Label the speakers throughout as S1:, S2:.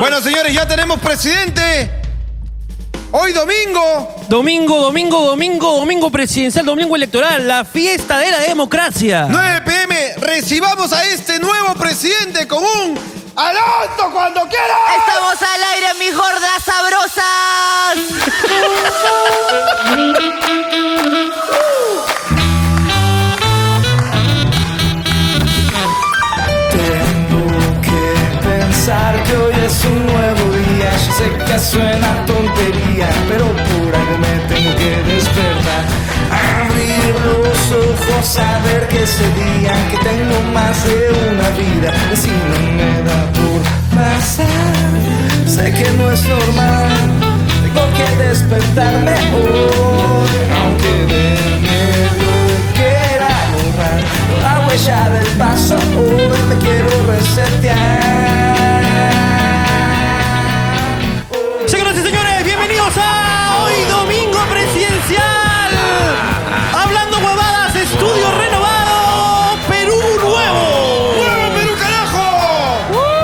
S1: Bueno, señores, ya tenemos presidente. Hoy domingo.
S2: Domingo, domingo, domingo, domingo presidencial, domingo electoral, la fiesta de la democracia.
S1: 9 pm, recibamos a este nuevo presidente con un alto cuando quiera.
S3: Estamos al aire, mis gordas sabrosas.
S4: Tengo que pensar que hoy es un nuevo día. Yo sé que suena tontería, pero por algo me tengo que despertar. Abrir los ojos, saber que ese día que tengo más de una vida. Y si no me da por pasar, sé que no es normal. Tengo que despertarme hoy, aunque de medio quiera borrar la huella del pasado. Hoy me quiero resetear.
S2: Señoras y señores, bienvenidos a Hoy Domingo Presidencial. Hablando huevadas, estudio renovado, Perú nuevo.
S1: ¡Nuevo Perú, carajo!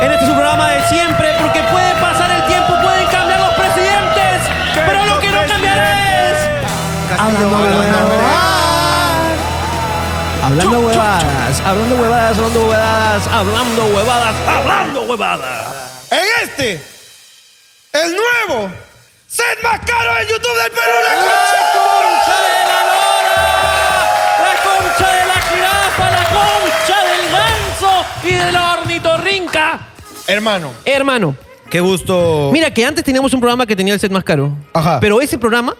S2: En este su programa de siempre, porque puede pasar el tiempo, pueden cambiar los presidentes, pero lo que no cambiará es. Hablando huevadas, hablando huevadas, hablando huevadas, hablando huevadas, hablando huevadas.
S1: En este, el nuevo, set más caro en YouTube del Perú, la concha.
S2: concha de la lora, la concha de la jirafa, la concha del ganso y de la ornitorrinca.
S1: Hermano,
S2: Hermano,
S1: qué gusto.
S2: mira que antes teníamos un programa que tenía el set más caro.
S1: Ajá.
S2: Pero ese programa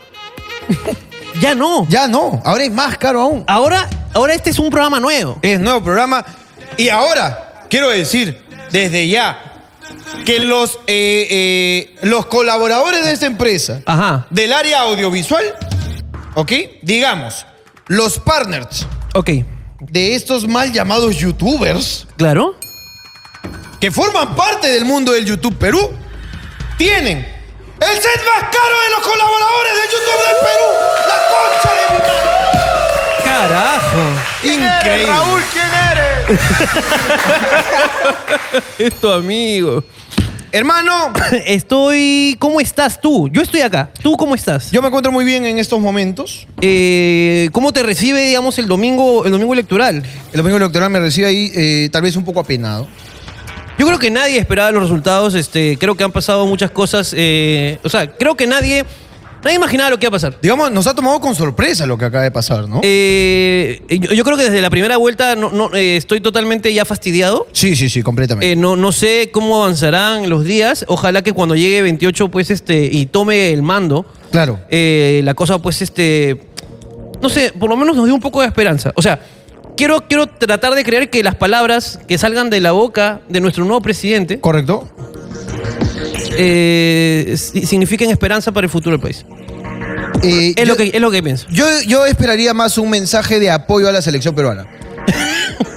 S2: ya no.
S1: Ya no, ahora es más caro aún.
S2: Ahora, ahora este es un programa nuevo.
S1: es nuevo programa. Y ahora, quiero decir, desde ya, que los, eh, eh, los colaboradores de esta empresa,
S2: Ajá.
S1: del área audiovisual, ¿ok? Digamos, los partners
S2: Ok.
S1: de estos mal llamados youtubers,
S2: Claro.
S1: que forman parte del mundo del YouTube Perú, tienen el set más caro de los colaboradores de YouTube del Perú. ¡La
S2: Carajo.
S1: concha de mi... Increíble.
S2: Es tu amigo.
S1: Hermano,
S2: Estoy. ¿Cómo estás tú? Yo estoy acá. ¿Tú cómo estás?
S1: yo me encuentro muy bien en estos momentos.
S2: Eh, ¿Cómo te recibe, digamos, el domingo, el domingo electoral?
S1: El domingo electoral me recibe ahí eh, tal vez un poco apenado.
S2: Yo creo que nadie esperaba los resultados. Este, creo que han pasado muchas cosas. eh, o sea, creo que nadie, nadie imaginaba lo que iba a pasar.
S1: Digamos, nos ha tomado con sorpresa lo que acaba de pasar, ¿no?
S2: Eh, yo, yo creo que desde la primera vuelta no, no, eh, estoy totalmente ya fastidiado.
S1: sí, sí, sí, completamente.
S2: Eh, no, no sé cómo avanzarán los días. Ojalá que cuando llegue 28, pues, este, y tome el mando,
S1: claro.
S2: eh, la cosa, pues, este, no sé, por lo menos nos dio un poco de esperanza. O sea, quiero, quiero tratar de creer que las palabras que salgan de la boca de nuestro nuevo presidente
S1: ¿Correcto?
S2: eh, si- signifiquen esperanza para el futuro del país.
S1: Eh, yo,
S2: Es, lo que, es lo que pienso.
S1: yo, yo esperaría más un mensaje de apoyo a la selección peruana.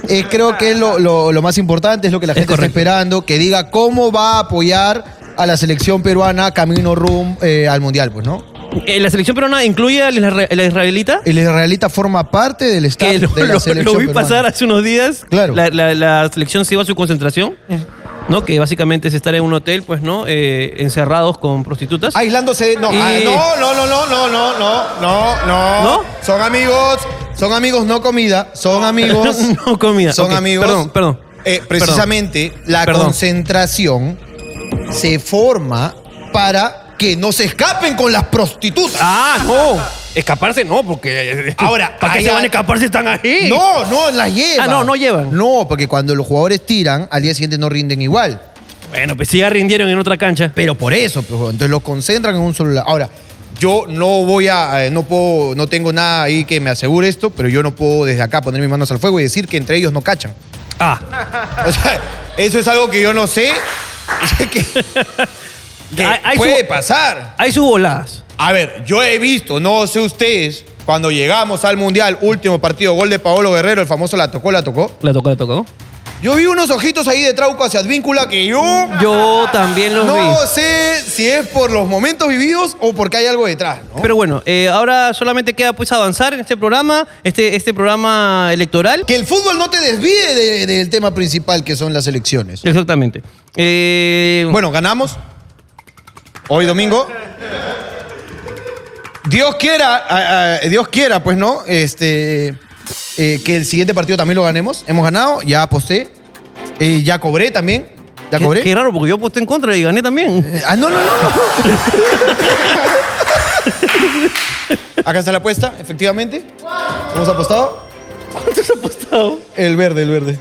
S1: Eh, creo que es lo, lo- lo más importante, es lo que la
S2: Es
S1: gente está
S2: correcto.
S1: esperando, que diga cómo va a apoyar a la selección peruana camino rum eh, al Mundial, pues, ¿no?
S2: Eh, ¿La selección peruana incluye a la, isra- a la israelita?
S1: El israelita forma parte del staff
S2: Que lo,
S1: de la
S2: lo-
S1: selección
S2: lo vi
S1: peruana.
S2: pasar hace unos días.
S1: Claro.
S2: La, la- la selección se iba a su concentración, ¿no? Que básicamente es estar en un hotel, pues, ¿no? Eh, encerrados con prostitutas.
S1: Aislándose de- No,
S2: Y-
S1: ah, no, no, no, no, no, no, no, no, no.
S2: ¿No?
S1: Son amigos, son amigos, no comida, son amigos.
S2: No, no comida.
S1: Son
S2: Ok,
S1: amigos.
S2: perdón, perdón.
S1: Eh, precisamente la
S2: Perdón.
S1: concentración se forma para que no se escapen con las prostitutas.
S2: Ah, no. Escaparse no, porque. eh, este,
S1: Ahora,
S2: ¿Para qué
S1: ahí
S2: se
S1: hay-
S2: van a escapar si están ahí?
S1: No, no, las llevan.
S2: Ah, no, no llevan.
S1: No, porque cuando los jugadores tiran, al día siguiente no rinden igual.
S2: Bueno, pues sí, ya rindieron en otra cancha.
S1: Pero por eso, pues, bueno, entonces los concentran en un solo lado. Ahora, yo no voy a, eh, no puedo, no tengo nada ahí que me asegure esto, pero yo no puedo desde acá poner mis manos al fuego y decir que entre ellos no cachan.
S2: Ah,
S1: O sea, eso es algo que yo no sé. O sea, que que
S2: Hay- hay
S1: puede
S2: su-
S1: pasar.
S2: hay sus voladas.
S1: A ver, yo he visto, no sé ustedes, cuando llegamos al Mundial, último partido, gol de Paolo Guerrero, el famoso la tocó, la tocó.
S2: La tocó, la tocó.
S1: Yo vi unos ojitos ahí de Trauco hacia Advíncula que yo
S2: Yo también los vi.
S1: no sé si es por los momentos vividos o porque hay algo detrás, ¿no?
S2: Pero bueno, eh, ahora solamente queda pues avanzar en este programa, este, este programa electoral.
S1: Que el fútbol no te desvíe de- del tema principal que son las elecciones.
S2: Exactamente. Eh,
S1: Bueno, ganamos. Hoy domingo. Dios quiera, ah, ah, Dios quiera, pues no, este, eh, que el siguiente partido también lo ganemos. Hemos ganado, ya aposté, eh, ya cobré también, ya
S2: qué,
S1: cobré.
S2: qué raro, porque yo aposté en contra y gané también.
S1: Eh, Ah, no, no, no. no. Acá está la apuesta, efectivamente. Hemos apostado.
S2: ¿Cuánto has apostado?
S1: El verde, el verde.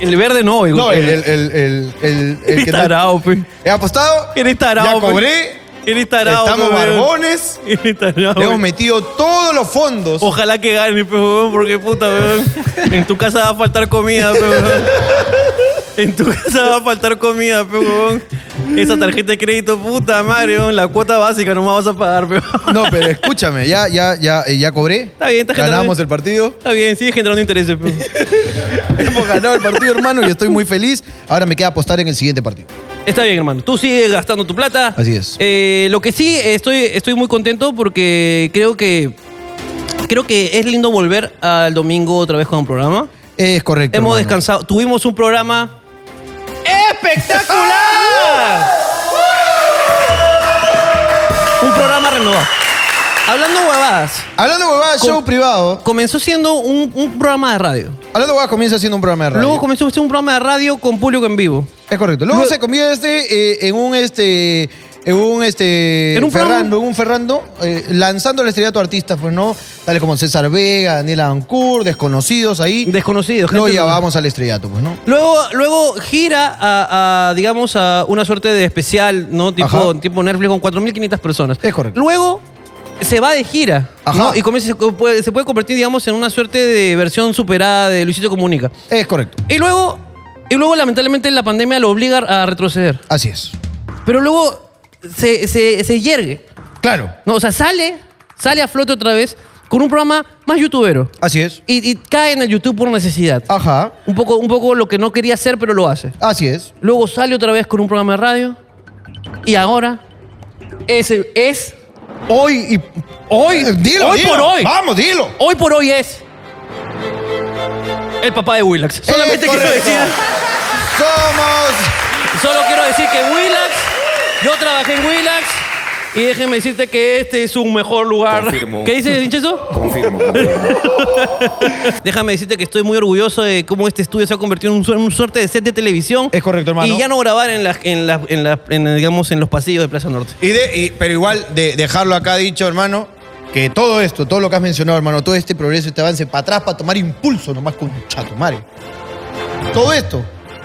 S2: El verde no,
S1: No, el, el, el, el, el- el
S2: Eres
S1: que
S2: tarado, pe.
S1: He apostado.
S2: Eres tarado,
S1: Ya
S2: pe.
S1: cobré.
S2: Eres tarado,
S1: Estamos
S2: pe, weón.
S1: barbones.
S2: Eres tarado,
S1: Le hemos
S2: weón.
S1: metido todos los fondos.
S2: Ojalá que gane, pe, weón, porque puta, weón. En tu casa va a faltar comida, pe, weón. En tu casa va a faltar comida, pe, weón. Esa tarjeta de crédito, puta madre, weón. La cuota básica nomás vas a pagar, pe. weón.
S1: No, pero escúchame, ya, ya, ya, eh, ya cobré.
S2: Está bien, está bien.
S1: Ganamos el partido.
S2: Está bien, sigue generando intereses, pe.
S1: Hemos ganado el partido, hermano, y estoy muy feliz. Ahora me queda apostar en el siguiente partido.
S2: Está bien, hermano. Tú sigues gastando tu plata.
S1: Así es.
S2: Eh, lo que sí, estoy, estoy muy contento porque creo que. Creo que es lindo volver al domingo otra vez con un programa.
S1: Es correcto.
S2: Hemos
S1: hermano.
S2: descansado. Tuvimos un programa. ¡Espectacular! un programa renovado. Hablando huevadas,
S1: Hablando de huevadas,
S2: Con-
S1: show privado.
S2: comenzó siendo un, un programa de radio.
S1: Hablando de huevadas comienza siendo un programa de radio.
S2: Luego comenzó siendo un programa de radio con público en vivo.
S1: es correcto. Luego
S2: Luego-
S1: se convierte eh, en un este. En un este.
S2: En un programa-
S1: Ferrando, en un Ferrando, eh, lanzando el estrellato a artistas, pues no. Tales como César Vega, Daniela Ancour, desconocidos ahí.
S2: Desconocidos.
S1: Lo
S2: gente-
S1: llevábamos al estrellato, pues, ¿no?
S2: Luego, luego gira a, a, digamos, a una suerte de especial, ¿no? Tipo,
S1: Ajá.
S2: tipo Netflix con 4.500 personas.
S1: Es correcto.
S2: Luego se va de gira.
S1: Ajá.
S2: ¿no? Y comienza, se puede, se puede convertir, digamos, en una suerte de versión superada de Luisito Comunica.
S1: Es correcto.
S2: Y luego, y luego lamentablemente, la pandemia lo obliga a retroceder.
S1: Así es.
S2: Pero luego se, se, se yergue.
S1: Claro.
S2: ¿no? O sea, sale, sale a flote otra vez con un programa más youtubero.
S1: Así es.
S2: Y, y cae en el YouTube por necesidad.
S1: Ajá.
S2: Un poco, un poco lo que no quería hacer, pero lo hace.
S1: Así es.
S2: Luego sale otra vez con un programa de radio. Y ahora es, es
S1: Hoy y hoy. Dilo,
S2: hoy
S1: dilo.
S2: por hoy.
S1: Vamos, dilo.
S2: hoy por hoy es el papá de Willax. Solamente
S1: Es
S2: quiero
S1: correcto.
S2: decir,
S1: Somos.
S2: solo quiero decir que Willax, yo trabajé en Willax y déjenme decirte que este es un mejor lugar.
S5: Confirmo.
S2: ¿Qué dices, Hincheso?
S5: Confirmo.
S2: Déjame decirte que estoy muy orgulloso de cómo este estudio se ha convertido en un, su- en un suerte de set de televisión.
S1: Es correcto, hermano.
S2: Y ya no grabar en las, en las, en las- en, digamos, en los pasillos de Plaza Norte.
S1: Y de- y- pero igual, de dejarlo acá dicho, hermano, que todo esto, todo lo que has mencionado, hermano, todo este progreso, este avance para atrás, para tomar impulso nomás con Chatumare. Todo esto.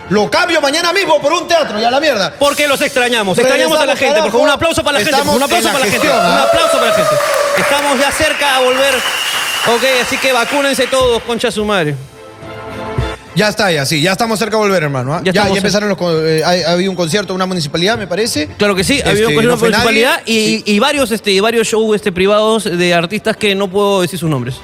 S1: Lo cambio mañana mismo por un teatro y a la mierda.
S2: Porque los extrañamos. Extrañamos a la
S1: Regresamos,
S2: gente. Por favor, un
S1: carajo.
S2: aplauso para la gente.
S1: Estamos
S2: Un aplauso
S1: en la
S2: para la gente. Un
S1: gestión, ¿ah?
S2: aplauso para la gente. Estamos ya cerca a volver. Ok, así que vacúnense todos, concha su madre.
S1: Ya está, ya sí, ya estamos cerca de volver, hermano. ¿ah?
S2: Ya
S1: Ya, ya
S2: estamos
S1: empezaron los. con- eh, hay- había un concierto, una municipalidad, me parece.
S2: Claro que sí, ha
S1: Este,
S2: habido un concierto
S1: no
S2: de
S1: fue nadie.
S2: municipalidad y, y varios, este, varios shows este, privados de artistas que no puedo decir sus nombres.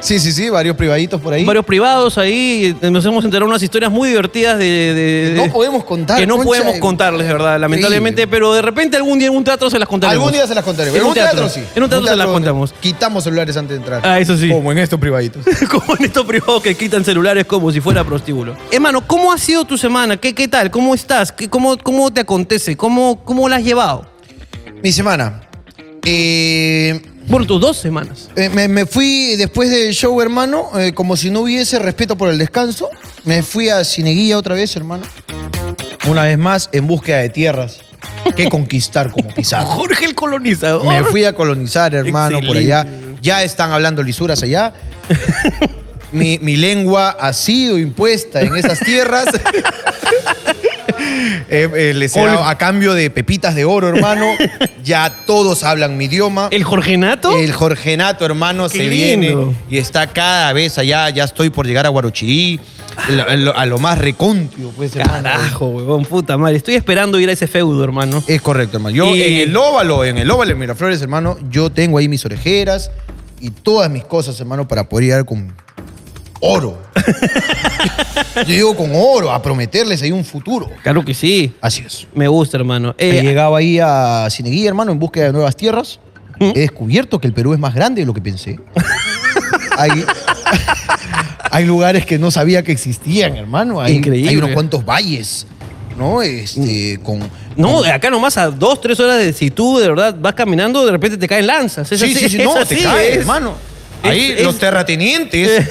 S1: Sí, sí, sí, varios privaditos por ahí.
S2: Varios privados ahí, eh, nos hemos enterado unas historias muy divertidas de. de- de-
S1: No podemos contar,
S2: Que no
S1: concha
S2: podemos
S1: de-
S2: contarles, ¿verdad? Lamentablemente, pero de repente algún día en un teatro se las contaremos.
S1: Algún día se las contaremos.
S2: En un teatro,
S1: sí.
S2: En un teatro se las contamos.
S1: Quitamos celulares antes de entrar.
S2: Ah, eso sí.
S1: Como en estos privaditos.
S2: como en estos privados que quitan celulares como si fuera prostíbulo. Hermano, ¿cómo ha sido tu semana? ¿Qué, qué tal? ¿Cómo estás? ¿Qué- cómo, ¿Cómo te acontece? ¿Cómo, ¿Cómo la has llevado?
S1: Mi semana. Eh,
S2: Bueno, tus dos semanas.
S1: eh, me, me fui después del show, hermano, eh, como si no hubiese respeto por el descanso. Me fui a Cineguía otra vez, hermano. Una vez más, en búsqueda de tierras que conquistar como Pizarro.
S2: Jorge el colonizador.
S1: Me fui a colonizar, hermano, por allá.
S2: Excelente.
S1: Ya están hablando lisuras allá. Mi, mi lengua ha sido impuesta en esas tierras. Eh, eh, les he
S2: Ol-
S1: dado a cambio de pepitas de oro, hermano. Ya todos hablan mi idioma.
S2: ¿El Jorgenato?
S1: El Jorgenato, hermano,
S2: Qué
S1: se
S2: lindo.
S1: viene y está cada vez allá. Ya estoy por llegar a Guarochirí, lo- a lo, a lo más recóntito, pues, hermano.
S2: Carajo, huevón, puta madre. Estoy esperando ir a ese feudo, hermano.
S1: Es correcto, hermano. Yo
S2: Y-
S1: en el óvalo, en el óvalo en Miraflores, hermano, yo tengo ahí mis orejeras y todas mis cosas, hermano, para poder llegar con, oro. Yo llego con oro a prometerles ahí un futuro.
S2: Claro que sí.
S1: Así es.
S2: Me gusta, hermano. Eh,
S1: He llegado ahí a Cineguía, hermano, en búsqueda de nuevas tierras.
S2: ¿Mm?
S1: He descubierto que el Perú es más grande de lo que pensé. hay, hay lugares que no sabía que existían, hermano. Hay,
S2: Increíble. Mm.
S1: Hay unos cuantos valles, ¿no? Este, con...
S2: No, acá nomás a dos, tres horas de si tú de verdad vas caminando, de repente te caen lanzas. Es
S1: sí,
S2: así,
S1: sí, sí,
S2: es
S1: no,
S2: así,
S1: te cae,
S2: es.
S1: hermano.
S2: es-
S1: Ahí
S2: es-
S1: los terratenientes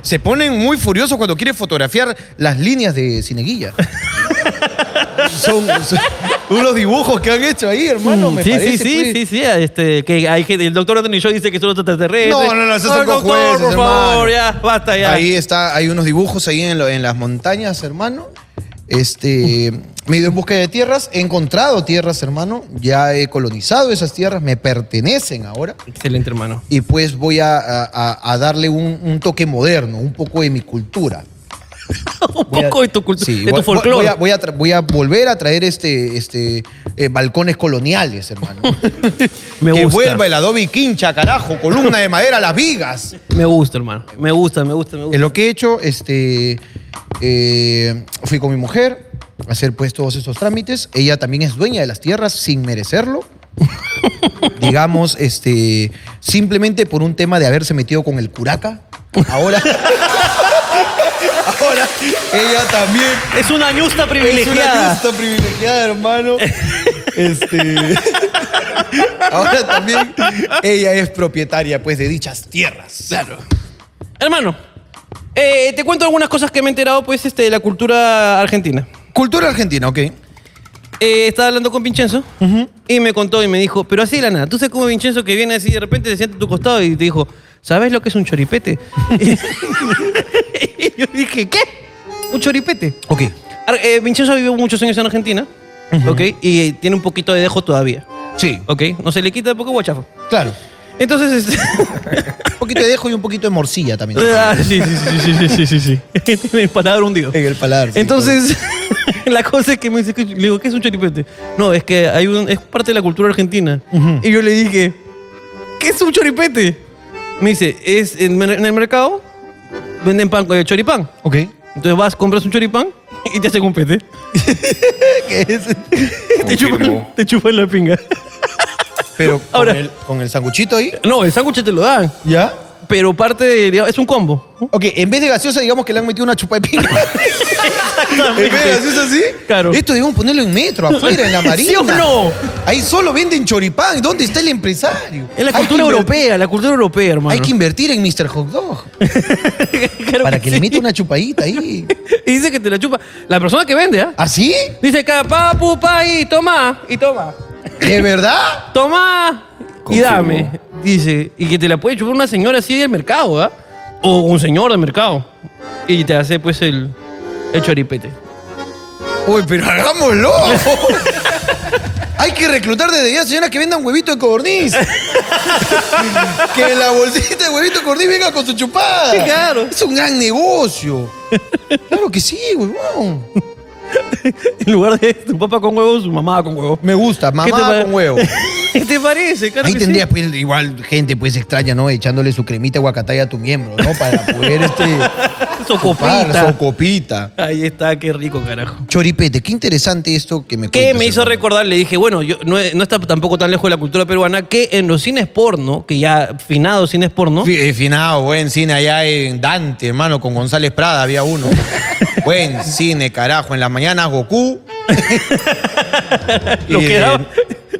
S1: se ponen muy furiosos cuando quieren fotografiar las líneas de Cineguilla. son, son unos dibujos que han hecho ahí, hermano. me
S2: Mm, sí,
S1: parece,
S2: sí, sí,
S1: pues.
S2: sí, sí, este, que hay gente, el doctor Anthony Shaw dice que son los extraterrestres.
S1: No, no, no, esos son
S2: Ay, doctor,
S1: cojueces,
S2: por
S1: hermano.
S2: favor, ya, basta ya.
S1: Ahí está, hay unos dibujos ahí en, lo- en las montañas, hermano. Este, me he ido en búsqueda de tierras, he encontrado tierras, hermano. Ya he colonizado esas tierras, me pertenecen ahora.
S2: Excelente, hermano.
S1: Y pues voy a, a- a- a darle un, un toque moderno, un poco de mi cultura.
S2: Un
S1: Voy a-
S2: poco de tu cultura,
S1: Sí,
S2: de
S1: voy-
S2: tu folclore.
S1: Voy, a- voy a tra- voy a volver a traer este, este, eh, balcones coloniales, hermano.
S2: Me
S1: que
S2: gusta.
S1: vuelva el adobe quincha, carajo, columna de madera, las vigas.
S2: Me gusta, hermano. Me gusta, me gusta, me gusta.
S1: En lo que he hecho, este, eh, fui con mi mujer a hacer pues todos esos trámites. Ella también es dueña de las tierras sin merecerlo. Digamos, este, simplemente por un tema de haberse metido con el curaca. Ahora, ahora ella también
S2: Es una ñusta
S1: es una
S2: privilegiada.
S1: justa privilegiada, hermano. Este, ahora también ella es propietaria pues de dichas tierras. Claro.
S2: Hermano, eh, te cuento algunas cosas que me he enterado, pues, este, de la cultura argentina.
S1: Cultura argentina, ok.
S2: Eh, estaba hablando con Vincenzo y me contó y me dijo, pero así de la nada, tú sabes como Vincenzo que viene así de repente se sienta a tu costado y te dijo, ¿sabes lo que es un choripete? y yo dije, ¿qué? ¿Un choripete?
S1: Ok.
S2: Ar- eh, Vincenzo vivió muchos años en Argentina, ¿ok? Y eh, tiene un poquito de dejo todavía,
S1: Sí.
S2: ¿ok? No se le quita porque guachafa.
S1: Claro.
S2: Entonces, este...
S1: Un poquito de dejo y un poquito de morcilla también.
S2: ah, sí, sí, sí, sí, sí, sí, sí, sí. tiene el paladar hundido.
S1: En el paladar. sí,
S2: Entonces, la cosa es que me dice, que- le digo, ¿qué es un choripete? No, es que hay un, es parte de la cultura argentina. Y yo le dije, ¿qué es un choripete? Me dice, es en, mer- en el mercado venden pan con choripán.
S1: todo. Ok.
S2: Entonces vas, compras un choripán y te hacen un pete.
S1: ¿Qué es?
S2: Te chupan, te chupan la pinga.
S1: Pero
S2: Ahora-
S1: con, el, con el sanguchito ahí.
S2: No, el sándwich te lo dan,
S1: ¿Ya?
S2: pero parte de, digamos, es un combo.
S1: Ok, en vez de gaseosa, digamos que le han metido una chupa de pinga. en vez de gaseosa, sí.
S2: Claro.
S1: Esto debemos ponerlo en metro, afuera, en la marina.
S2: ¿Sí o no?
S1: Ahí solo venden choripán. ¿Dónde está el empresario?
S2: Es la
S1: Hay que
S2: cultura
S1: inver-
S2: europea, la cultura europea, hermano.
S1: Hay que invertir en Mr. Hot Dog
S2: Claro
S1: para que le
S2: sí.
S1: meta una chupadita ahí.
S2: Y dice que te la chupa. La persona que vende, ¿ah?
S1: ¿Así?
S2: Dice acá, papu, pa, y toma, y toma,
S1: ¿De verdad?
S2: toma, y
S5: Confirmo.
S2: dame. Dice, y que te la puede chupar una señora así del mercado, ¿verdad? O un señor del mercado. Y te hace, pues, el, el choripete.
S1: Uy, pero hagámoslo. Hay que reclutar desde ya señoras que vendan huevito de codorniz. que la bolsita de huevito de codorniz venga con su chupada.
S2: Sí, claro.
S1: Es un gran negocio. Claro que sí, huevón.
S2: En lugar de tu papá con huevo, su mamá con huevo.
S1: Me gusta, mamá
S2: pare-
S1: con huevo.
S2: ¿Qué te parece? Claro
S1: Ahí
S2: que
S1: tendrías
S2: sí.
S1: pues igual gente pues extraña, ¿no? Echándole su cremita guacataya a tu miembro, ¿no? Para poder este
S2: Socopita.
S1: chupar, socopita.
S2: Ahí está, qué rico, carajo.
S1: Choripete, qué interesante esto que me
S2: que
S1: cuentas,
S2: me hizo
S1: hermano.
S2: recordar, le dije, bueno, yo, no, no está tampoco tan lejos de la cultura peruana, que en los cines porno, que ya finados cines porno,
S1: Fi- eh, Finado, buen cine allá en Dante, hermano, con González Prada había uno. buen cine, carajo. En las mañanas Goku.
S2: lo
S1: Y, eh,
S2: quedaba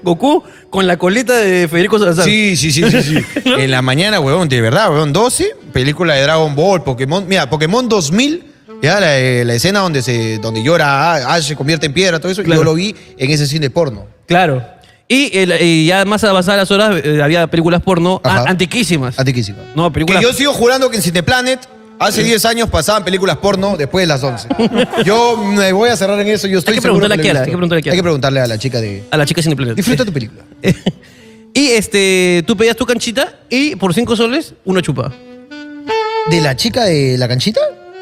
S2: Goku con la coleta de Federico Salazar.
S1: Sí, sí, sí, sí, sí. en la mañana, huevón, de verdad, huevón, 12, película de Dragon Ball, Pokémon, mira, Pokémon 2000, ya la, eh, la escena donde se donde llora ah, Ash se convierte en piedra, todo eso,
S2: Claro.
S1: yo lo vi en ese cine porno.
S2: Claro. Y, el- y ya más avanzadas las horas eh, había películas porno a-
S1: Ajá.
S2: antiquísimas.
S1: Antiquísima.
S2: Ah. No,
S1: Que
S2: películas.
S1: yo sigo jurando que en Cineplanet hace 10 años pasaban películas porno después de las 11. Yo me voy a cerrar en eso, yo estoy
S2: que
S1: seguro
S2: preguntarle a
S1: lo he
S2: Kiara,
S1: visto.
S2: hay que preguntarle a Kiara.
S1: Hay que preguntarle a la chica de
S2: A la chica sin empleo.
S1: Disfruta tu película.
S2: y este, tú pedías tu canchita y por cinco soles, una chupa.
S1: ¿De la chica de la canchita?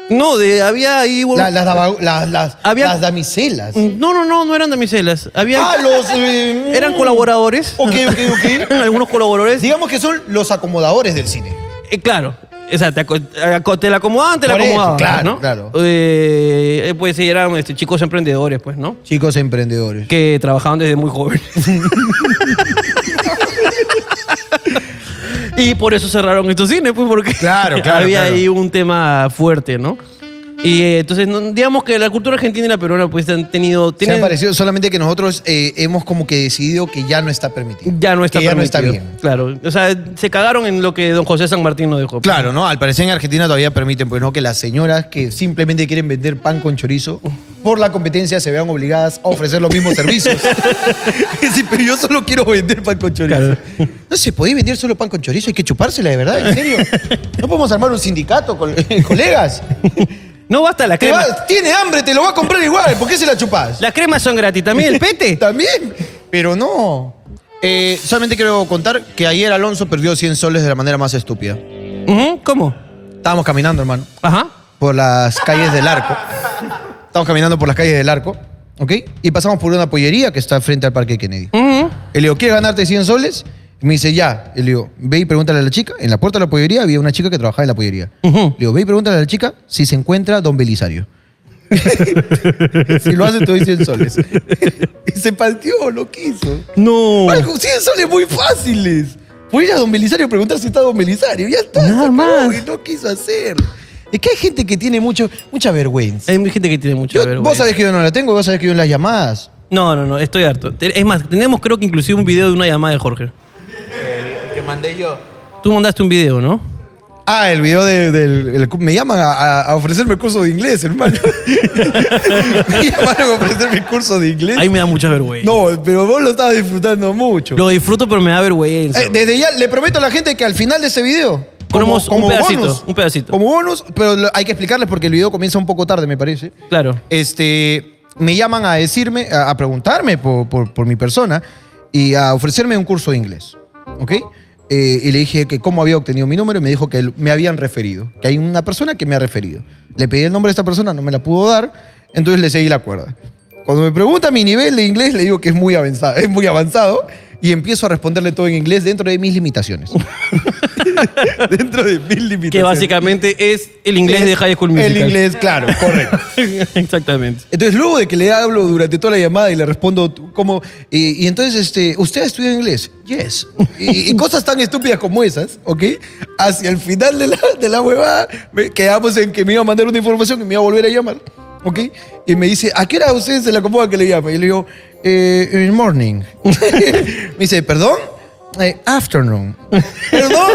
S2: No, de, había ahí.
S1: La- las, daba- las- las-
S2: Había- Mm.
S1: las damiselas.
S2: No, no, no, no eran damiselas. Había.
S1: Ah, los. eh,
S2: Eran
S1: mm.
S2: colaboradores.
S1: Ok, ok, ok.
S2: Algunos colaboradores.
S1: Digamos que son los acomodadores del cine.
S2: Eh, claro. O sea, te, aco- aco- te la acomodaban, te la
S1: Por eso,
S2: acomodaban.
S1: claro,
S2: ¿no?
S1: claro.
S2: Eh, eh, pues sí, eran este, chicos emprendedores, pues, ¿no?
S1: Chicos emprendedores.
S2: Que trabajaban desde muy jóvenes. y por eso cerraron estos cines, pues, porque
S1: Claro, claro,
S2: había
S1: claro.
S2: ahí un tema fuerte, ¿no? Y eh, entonces, no- digamos que la cultura argentina y la peruana, pues, han tenido.
S1: Se
S2: tienen-
S1: han parecido solamente que nosotros eh, hemos como que decidido que ya no está permitido.
S2: Ya no está
S1: Que ya no está
S2: permitido.
S1: bien.
S2: Claro. O sea, se cagaron en lo que don José San Martín nos dejó.
S1: Claro, ¿no? Al parecer en Argentina todavía permiten, pues, ¿no? Que las señoras que simplemente quieren vender pan con chorizo, por la competencia se vean obligadas a ofrecer los mismos servicios. Es decir, pero yo solo quiero vender pan con chorizo.
S2: Claro.
S1: No se puede vender solo pan con chorizo, hay que chupársela, de verdad, en serio. No podemos armar un sindicato, col- colegas.
S2: No basta la
S1: Te
S2: crema.
S1: va- tiene hambre, te lo va a comprar igual, ¿por qué se la chupas?
S2: Las cremas son gratis. También el pete.
S1: También, pero no. Eh, solamente quiero contar que ayer Alonso perdió 100 soles de la manera más estúpida.
S2: Ujú, ¿Cómo?
S1: Estábamos caminando, hermano,
S2: Ajá.
S1: por las calles del arco. Estábamos caminando por las calles del arco, ¿ok? Y pasamos por una pollería que está frente al Parque Kennedy.
S2: Ujú.
S1: Y le digo, ¿quieres ganarte 100 soles? Y me dice, ya. Y le digo, ve y pregúntale a la chica. En la puerta de la pollería había una chica que trabajaba en la pollería. Le digo, ve y pregúntale a la chica si se encuentra don Belisario. si lo hace, te doy 100 soles. y se partió, lo quiso.
S2: No.
S1: Marco, 100 soles muy fáciles. Voy a ir a don Belisario a preguntar si está don Belisario. Ya está.
S2: Nada
S1: se acabó,
S2: más.
S1: y no quiso hacer. Es que hay gente que tiene mucho, mucha vergüenza.
S2: Hay gente que tiene mucha
S1: Yo-
S2: vergüenza.
S1: vos sabés que yo no la tengo, vos sabés que yo en las llamadas.
S2: No, no, no, estoy harto. Te- Es más, tenemos creo que inclusive un video de una llamada de Jorge.
S5: que mandé yo.
S2: Tú mandaste un video, ¿no?
S1: Ah, el video de- del... el cu- me llaman a, a- a ofrecerme el curso de inglés, hermano. me llamaron a ofrecerme el curso de inglés.
S2: Ahí me da mucha vergüenza.
S1: ¿Eh? No, pero vos lo estabas disfrutando mucho.
S2: Lo disfruto, pero me da vergüenza.
S1: Eh, desde ya le prometo a la gente que al final de ese video...
S2: Ponemos un pedacito, un pedacito.
S1: Como bonus, pero lo- hay que explicarles porque el video comienza un poco tarde, me parece.
S2: claro.
S1: Este, me llaman a decirme, a, a preguntarme por, por- por mi persona y a ofrecerme un curso de inglés. ¿Ok? Eh, y le dije que cómo había obtenido mi número y me dijo que él- me habían referido, que hay una persona que me ha referido. Le pedí el nombre de esta persona, no me la pudo dar, entonces le seguí la cuerda. Cuando me pregunta mi nivel de inglés, le digo que es muy avanzado, es muy avanzado y empiezo a responderle todo en inglés dentro de mis limitaciones. dentro de mis limitaciones.
S2: Que básicamente es el inglés de High School Musical.
S1: El inglés, claro, correcto.
S2: Exactamente.
S1: Entonces, luego de que le hablo durante toda la llamada y le respondo t- como... Y, y entonces, este, ¿usted ha estudiado inglés? Yes. Y, y cosas tan estúpidas como esas, ¿ok? Hacia el final de la, de la huevada, me- quedamos en que me iba a mandar una información y me iba a volver a llamar, ¿ok? Y me dice, ¿a qué hora usted se le acomoda que le llame? Y le digo, eh, in the morning. me dice, ¿perdón? Eh, afternoon. ¿Perdón?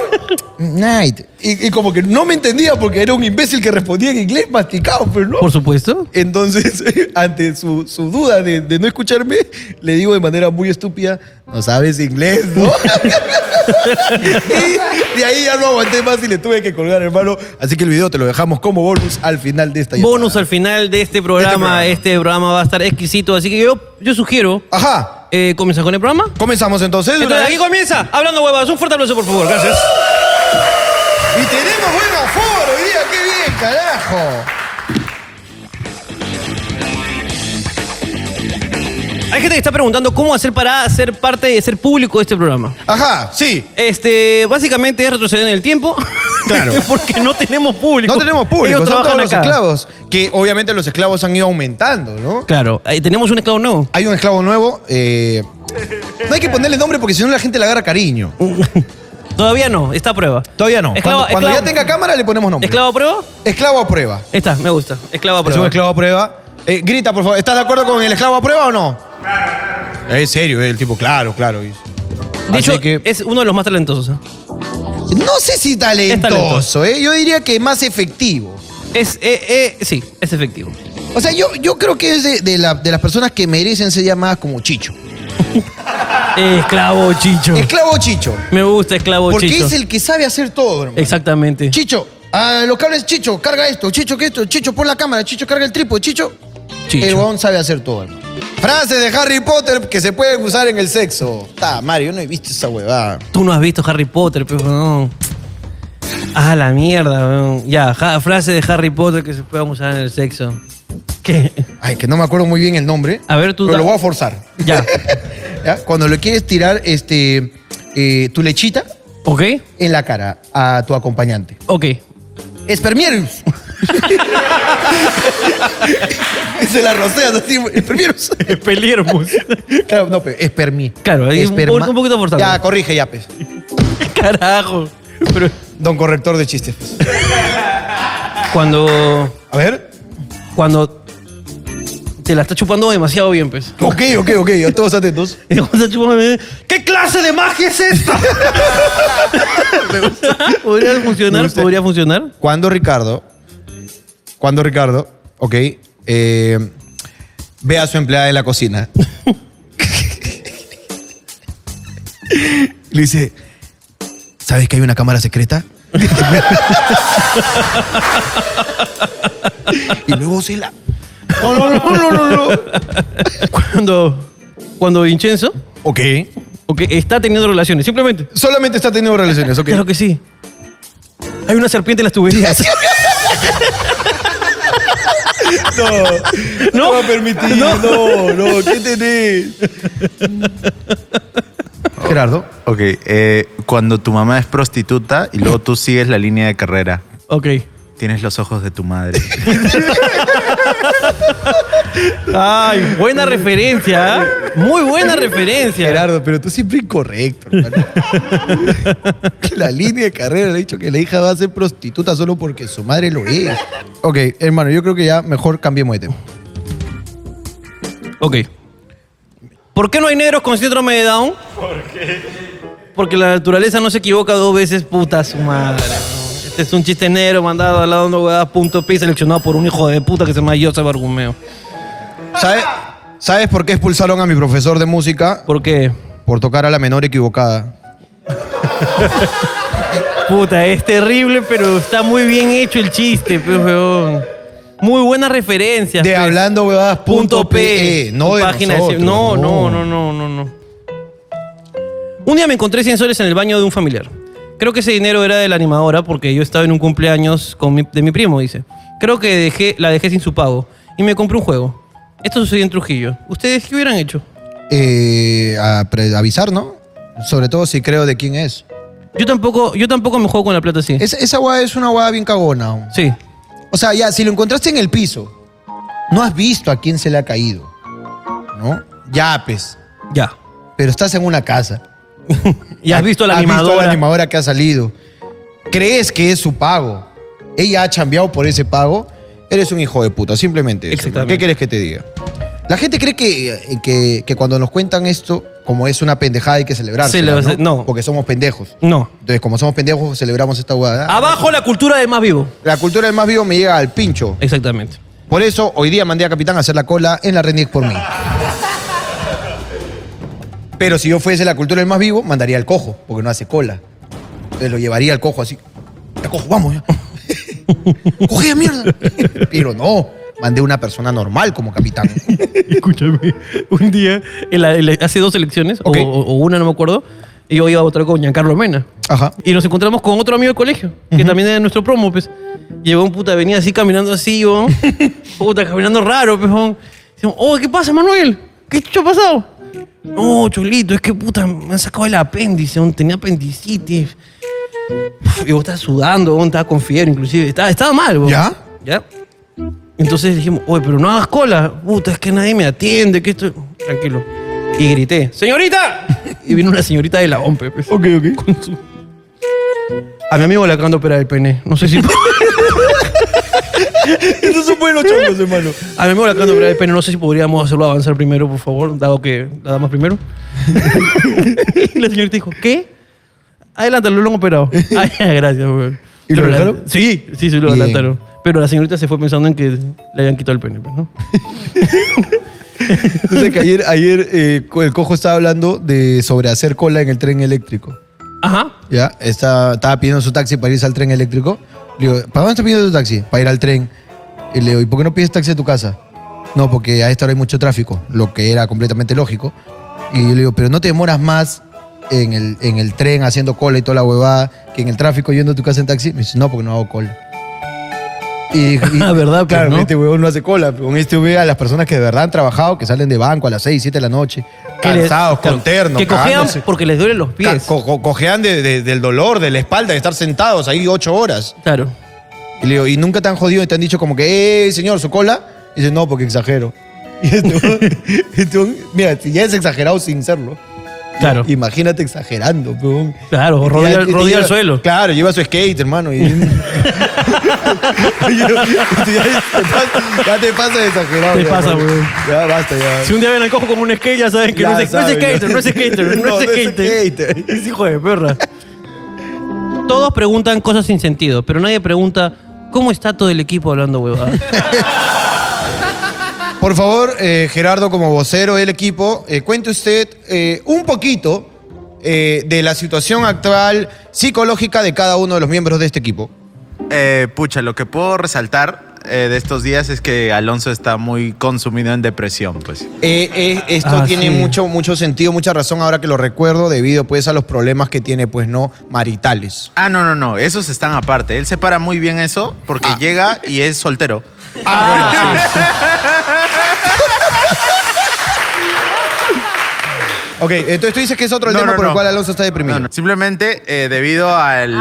S1: Night. Y, y como que no me entendía porque era un imbécil que respondía en inglés masticado, pero no.
S2: Por supuesto.
S1: Entonces, ante su, su duda de, de no escucharme, le digo de manera muy estúpida, no sabes inglés, ¿no? y de ahí ya no aguanté más y le tuve que colgar, hermano. Así que el video te lo dejamos como bonus al final de esta
S2: Bonus
S1: llamada.
S2: al final de este programa. Este
S1: programa.
S2: programa, va a estar exquisito. Así que yo, yo sugiero.
S1: Ajá.
S2: Eh, ¿Comenzar con el programa?
S1: Comenzamos entonces.
S2: Entonces, aquí comienza. Hablando huevas. Un fuerte aplauso, por favor. Gracias.
S1: Y tenemos buen aforo hoy día, qué bien, carajo.
S2: Hay gente que está preguntando cómo hacer para ser parte de ser público de este programa.
S1: Ajá, sí.
S2: Este, básicamente es retroceder en el tiempo.
S1: Claro.
S2: Porque no tenemos público.
S1: No tenemos público,
S2: Ellos
S1: son todos
S2: trabajan
S1: los
S2: acá.
S1: esclavos. Que obviamente los esclavos han ido aumentando, ¿no?
S2: Claro, ahí tenemos un esclavo nuevo.
S1: Hay un esclavo nuevo. eh, no hay que ponerle nombre porque si no la gente le agarra cariño.
S2: Todavía no, está a prueba.
S1: Todavía no. cuando
S2: Esclavo-
S1: cuando
S2: esclavo-
S1: ya tenga cámara le ponemos nombre.
S2: ¿Esclavo a prueba?
S1: Esclavo a prueba.
S2: Está, me gusta. Esclavo a
S1: Es un
S2: prueba.
S1: esclavo a prueba. Eh, grita, por favor. ¿Estás de acuerdo con el esclavo a prueba o no? Claro. Es serio, eh, el tipo, claro, claro. dice.
S2: De
S1: Así
S2: hecho,
S1: que-
S2: es uno de los más talentosos. ¿eh?
S1: no sé si talentoso,
S2: talentoso.
S1: eh. Yo diría que más efectivo.
S2: Es, eh, eh, sí, es efectivo.
S1: O sea, yo, yo creo que es de, de la- de las personas que merecen ser llamadas como Chicho.
S2: Esclavo chicho.
S1: Mm. Esclavo Chicho.
S2: Me gusta esclavo
S1: Porque
S2: chicho.
S1: es el que sabe hacer todo, hermano.
S2: Exactamente.
S1: Chicho, ah, los cables, Chicho, carga esto, Chicho, que esto, Chicho, pon la cámara, Chicho, carga el trípode, Chicho.
S2: Chicho.
S1: El huevón sabe hacer todo, hermano. Frases de Harry Potter que se pueden usar en el sexo. Ta, Mario, no he visto esa huevada.
S2: Tú no has visto Harry Potter, pero no. Ah, la mierda, weón. Ya, ja- frase de Harry Potter que se puedan usar en el sexo. ¿Qué?
S1: Ay, que no me acuerdo muy bien el nombre.
S2: A ver, tú
S1: Pero
S2: da-
S1: lo voy a forzar.
S2: Ya.
S1: ¿Ya? Cuando le quieres tirar este, eh, tu lechita,
S2: ¿Ok?
S1: en la cara a tu acompañante.
S2: Ok.
S1: ¡Espermierus! Y Se la roceas así, espermierus.
S2: Peliermos.
S1: Claro, no, pues, pero espermi.
S2: Claro, ahí un po- un poquito forzado.
S1: Ya, corrige, ya, pues.
S2: Carajo. Pero
S1: Don corrector de chistes. pues.
S2: cuando.
S1: A ver.
S2: Cuando. Te la está chupando demasiado bien, pues.
S1: Ok, ok, ok, ya todos atentos.
S2: Y cuando está chupando bien, ¿Qué clase de magia es esta?
S1: Ah.
S2: ¿Podría
S1: Me
S2: funcionar?
S1: gusta.
S2: ¿Podría funcionar?
S1: Cuando Ricardo, cuando Ricardo, ok, eh, ve a su empleada de la cocina. Le dice, ¿sabes que hay una cámara secreta? y luego se la... No, no, no, no, no, no.
S2: Cuando. Cuando Vincenzo.
S1: Ok.
S2: Ok, está teniendo relaciones, simplemente.
S1: Solamente está teniendo relaciones, ok.
S2: Claro que sí. Hay una serpiente en las tuberías. no. No.
S1: permitir, no, no, ¿qué tenés? Gerardo.
S5: Ok, eh, cuando tu mamá es prostituta y luego tú sigues la línea de carrera,
S2: Ok.
S5: tienes los ojos de tu madre.
S2: Ay, buena referencia. ¿ah? Muy buena referencia.
S1: Gerardo, pero tú siempre incorrecto. hermano. la línea de carrera le ha dicho que la hija va a ser prostituta solo porque su madre lo es. Ok, hermano, yo creo que ya mejor cambiemos de tema.
S2: Ok. ¿Por qué no hay negros con síndrome de Down? ¿Por qué? Porque la naturaleza no se equivoca dos veces, puta su madre. Este es un chiste negro mandado al lado de huevadas punto pi seleccionado por un hijo de puta que se llama Joseph Argumeo.
S1: ¿Sabe- ¿Sabes por qué expulsaron a mi profesor de música?
S2: ¿Por qué?
S1: Por tocar a la menor equivocada.
S2: Puta, es terrible, pero está muy bien hecho el chiste, pues, weón. Muy buena referencia.
S1: De hablando huevadas punto pe, no de nosotros,
S2: no, no, no, no, no, no. Un día me encontré 100 soles en el baño de un familiar. Creo que ese dinero era de la animadora porque yo estaba en un cumpleaños con mi- de mi primo, dice. Creo que dejé, la dejé sin su pago y me compré un juego. Esto sucedió en Trujillo. ¿Ustedes qué hubieran hecho?
S1: Eh, a pre- avisar, ¿no? Sobre todo si creo de quién es.
S2: Yo tampoco, yo tampoco me juego con la plata así.
S1: Es- esa guada es una guada bien cagona. ¿no?
S2: Sí.
S1: O sea, ya, si lo encontraste en el piso, no has visto a quién se le ha caído. ¿No? Ya, pues.
S2: Ya.
S1: Pero estás en una casa.
S2: Y has visto a la
S1: Has
S2: animadora.
S1: visto a la animadora que ha salido. Crees que es su pago. Ella ha chambeado por ese pago. Eres un hijo de puta, simplemente. eso, ¿no?
S2: Exactamente.
S1: ¿Qué quieres que te diga? La gente cree que, eh, que- que cuando nos cuentan esto, como es una pendejada, hay que celebrar.
S2: Celebra- no.
S1: Porque somos pendejos.
S2: No.
S1: Entonces, como somos pendejos, celebramos esta huevada.
S2: Abajo la cultura del más vivo.
S1: La cultura del más vivo me llega al pincho.
S2: Exactamente.
S1: Por eso, hoy día mandé a Capitán a hacer la cola en la Renix por mí. Pero si yo fuese la cultura del más vivo, mandaría al cojo, porque no hace cola. Entonces lo llevaría al cojo así. Ya cojo, vamos ya. Coge mierda. Pero no, mandé una persona normal como capitán.
S2: Escúchame, un día, en la- en la- hace dos elecciones, o-
S1: Ok.
S2: o, o una, no me acuerdo, y yo iba a votar con Giancarlo Mena.
S1: Ajá.
S2: Y nos encontramos con otro amigo del colegio, que también era nuestro promo, pues. Llegó un puta, venía así caminando así, weón. puta, caminando raro, pues. weón. Dijimos, oh, ¿qué pasa, Manuel? ¿Qué chucho ha pasado? No, Cholito, es que puta, me han sacado el apéndice, weón, tenía apendicitis. Uf, Y vos estás sudando, weón, estaba con fiebre, inclusive. Estaba, estaba mal, weón.
S1: ¿Ya?
S2: ¿Ya? Entonces dijimos, oye, pero no hagas cola. Puta, es que nadie me atiende, que esto... Tranquilo. Y grité, ¡Señorita! Y vino una señorita de la OMPE. Pues, ok, ok. A mi amigo le acaban de operar el pene. No sé si...
S1: Esos son buenos chongos, hermano.
S2: A mi amigo le acaban de operar el pene. No sé si podríamos hacerlo avanzar primero, por favor, dado que la damos primero. y la señorita dijo, ¿qué? Adelante, lo han operado. Ay, gracias, weón.
S1: ¿Y lo
S2: Pero la-
S1: dejaron?
S2: Sí, sí, sí, lo
S1: Bien.
S2: adelantaron. Pero la señorita se fue pensando en que le habían quitado el pene, pues, ¿no?
S1: Entonces que ayer, ayer eh, el cojo estaba hablando de sobre hacer cola en el tren eléctrico.
S2: Ajá.
S1: Ya, está, estaba pidiendo su taxi para irse al tren eléctrico. Le digo, ¿para dónde estás pidiendo tu taxi? Para ir al tren. Y le digo, ¿y por qué no pides taxi a tu casa? No, porque a esta hora hay mucho tráfico, lo que era completamente lógico. Y yo le digo, pero no te demoras más en el, en el tren haciendo cola y toda la huevada que en el tráfico yendo a tu casa en taxi. Me dice, no, porque no hago cola. Y, y-
S2: Ah, ¿verdad, pues,
S1: Claro,
S2: no?
S1: este huevón no hace cola. Con este huevón a las personas que de verdad han trabajado, que salen de banco a las 6, 7 de la noche,
S2: Que les-
S1: cansados,
S2: claro,
S1: con terno,
S2: Que cojean
S1: cagándose.
S2: porque les duelen los pies.
S1: Ca- co- co- cojean de- de- del dolor, de la espalda, de estar sentados ahí 8 horas.
S2: Claro.
S1: Y le digo, ¿y nunca te han jodido y te han dicho como que, eh, señor, su cola? Y dice, no, porque exagero. Y este, este, mira, si ya es exagerado sin serlo.
S2: Claro.
S1: Imagínate exagerando, peón.
S2: Claro,
S1: Y te
S2: rodilla-
S1: lleva- y te
S2: rodilla al
S1: lleva-
S2: suelo.
S1: Claro, lleva su skate, hermano. y- y ya, te pasa- ya te pasa de exagerado.
S2: Te
S1: ya,
S2: pasa,
S1: hermano.
S2: weón.
S1: Ya basta, ya.
S2: Si un día ven al cojo con un skate, ya saben que
S1: Ya
S2: no, es, no es
S1: saben, ya.
S2: skater, no es skater,
S1: No,
S2: no es skater.
S1: skater.
S2: Es hijo de perra. Todos preguntan cosas sin sentido, pero nadie pregunta cómo está todo el equipo hablando huevadas.
S1: Por favor, eh, Gerardo, como vocero del equipo, eh, cuente usted eh, un poquito eh, de la situación actual psicológica de cada uno de los miembros de este equipo.
S5: Eh, pucha, lo que puedo resaltar eh, de estos días es que Alonso está muy consumido en depresión, pues.
S1: Eh, eh, esto
S2: Ah,
S1: tiene
S2: sí.
S1: mucho, mucho sentido, mucha razón ahora que lo recuerdo, debido pues a los problemas que tiene, pues no, maritales.
S5: Ah, no, no, no, esos están aparte. Él separa muy bien eso porque llega y es soltero. Ah,
S1: Ok, entonces tú dices que es otro el
S5: No,
S1: tema
S5: no,
S1: por el
S5: no.
S1: cual Alonso está deprimido.
S5: No, no, Simplemente eh, debido al...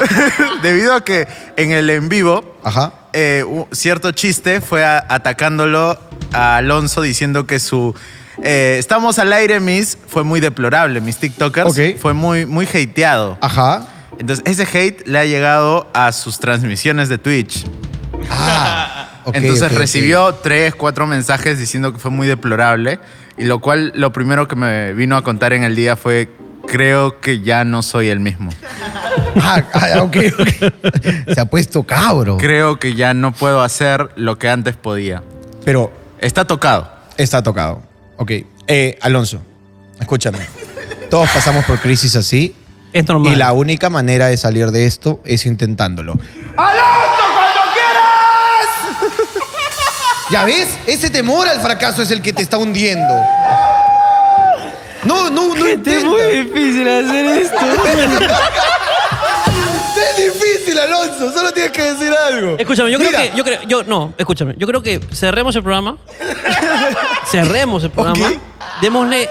S5: debido a que en el en vivo
S1: Ajá.
S5: eh, u- cierto chiste fue a- atacándolo a Alonso diciendo que su eh, estamos al aire, mis, fue muy deplorable, mis TikTokers.
S1: Ok. Ah.
S5: Fue muy, muy hateado.
S1: Ajá.
S5: Entonces, ese hate le ha llegado a sus transmisiones de Twitch.
S1: Ok,
S5: Entonces
S1: ok, ok.
S5: recibió tres, cuatro mensajes diciendo que fue muy deplorable. Y lo cual, lo primero que me vino a contar en el día fue, creo que ya no soy el mismo.
S1: Ah, ah, ok, ok. Se ha puesto cabro.
S5: Creo que ya no puedo hacer lo que antes podía.
S1: Pero
S5: Está tocado.
S1: Está tocado. Ok. Eh, Alonso, escúchame. Todos pasamos por crisis así.
S2: Es normal.
S1: Y la única manera de salir de esto es intentándolo. ¡Alonso, cuando quieras! ¿Ya ves? Ese temor al fracaso es el que te está hundiendo. No, no, no intenta.
S2: difícil hacer esto.
S1: Es difícil, Alonso. Solo tienes que decir algo.
S2: Escúchame, yo
S1: Mira,
S2: creo que. Yo creo, yo, no, escúchame. Yo creo que cerremos el programa. cerremos el programa.
S1: Ok.
S2: Démosle,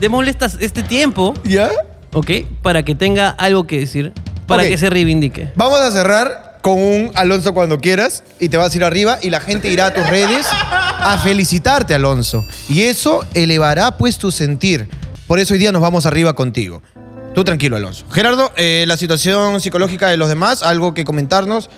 S2: démosle estas- este tiempo,
S1: ¿Ya?
S2: ¿ok? Para que tenga algo que decir, para
S1: Ok.
S2: que se reivindique.
S1: Vamos a cerrar con un Alonso cuando quieras y te vas a ir arriba y la gente irá a tus redes a felicitarte, Alonso. Y eso elevará pues tu sentir. Por eso hoy día nos vamos arriba contigo. Tú tranquilo, Alonso. Gerardo, eh, la situación psicológica de los demás, algo que comentarnos.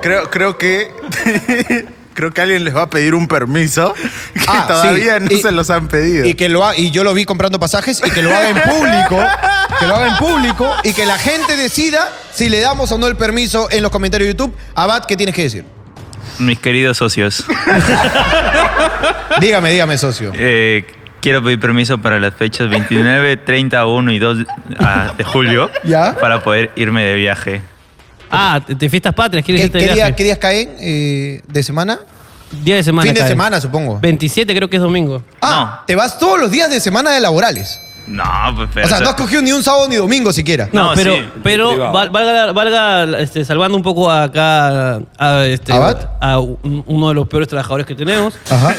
S5: Creo, creo que... creo que alguien les va a pedir un permiso que
S1: Ah, sí.
S5: todavía no
S1: Y-
S5: se los han pedido.
S1: Y que lo ha- y yo lo vi comprando pasajes y que lo haga en público, que lo haga en público y que la gente decida si le damos o no el permiso en los comentarios de YouTube. Abad, ¿qué tienes que decir?
S6: Mis queridos socios,
S1: Dígame, dígame, socio.
S6: eh, quiero pedir permiso para las fechas 29, 31 y 2 ah, de julio
S1: ¿Ya?
S6: para poder irme de viaje.
S2: Ah, te, te fiestas patrias, quieres
S1: ¿Qué,
S2: irte
S1: qué
S2: de
S1: día,
S2: viaje.
S1: qué días caen eh, de semana?
S2: Día de semana.
S1: Fin de
S2: cae.
S1: semana, supongo.
S2: 27 creo que es domingo.
S1: Ah,
S6: No.
S1: te vas todos los días de semana de laborales.
S6: No, pues pero,
S1: O sea, no has cogido ni un sábado ni domingo siquiera.
S2: No,
S6: No,
S2: pero,
S6: sí,
S2: pero val- valga, valga, este, salvando un poco acá a, este,
S1: ¿Abad?
S2: a un- uno de los peores trabajadores que tenemos,
S1: Ajá.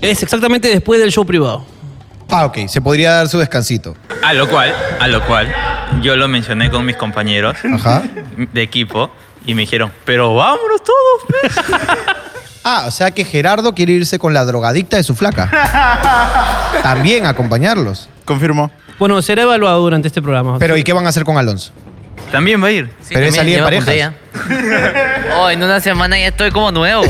S2: es exactamente después del show privado.
S1: Ah, ok. Se podría dar su descansito.
S6: a lo cual, a lo cual, yo lo mencioné con mis compañeros
S1: Ajá.
S6: de equipo y me dijeron, pero vámonos todos. pues". pe".
S1: Ah, o sea que Gerardo quiere irse con la drogadicta de su flaca. También acompañarlos.
S5: Confirmó.
S2: Bueno, será evaluado durante este programa.
S1: Pero ¿y qué van a hacer con Alonso?
S6: También va a ir.
S1: Pero es salir en
S7: lleva
S1: parejas.
S7: puntilla. Oh, en una semana ya estoy como nuevo.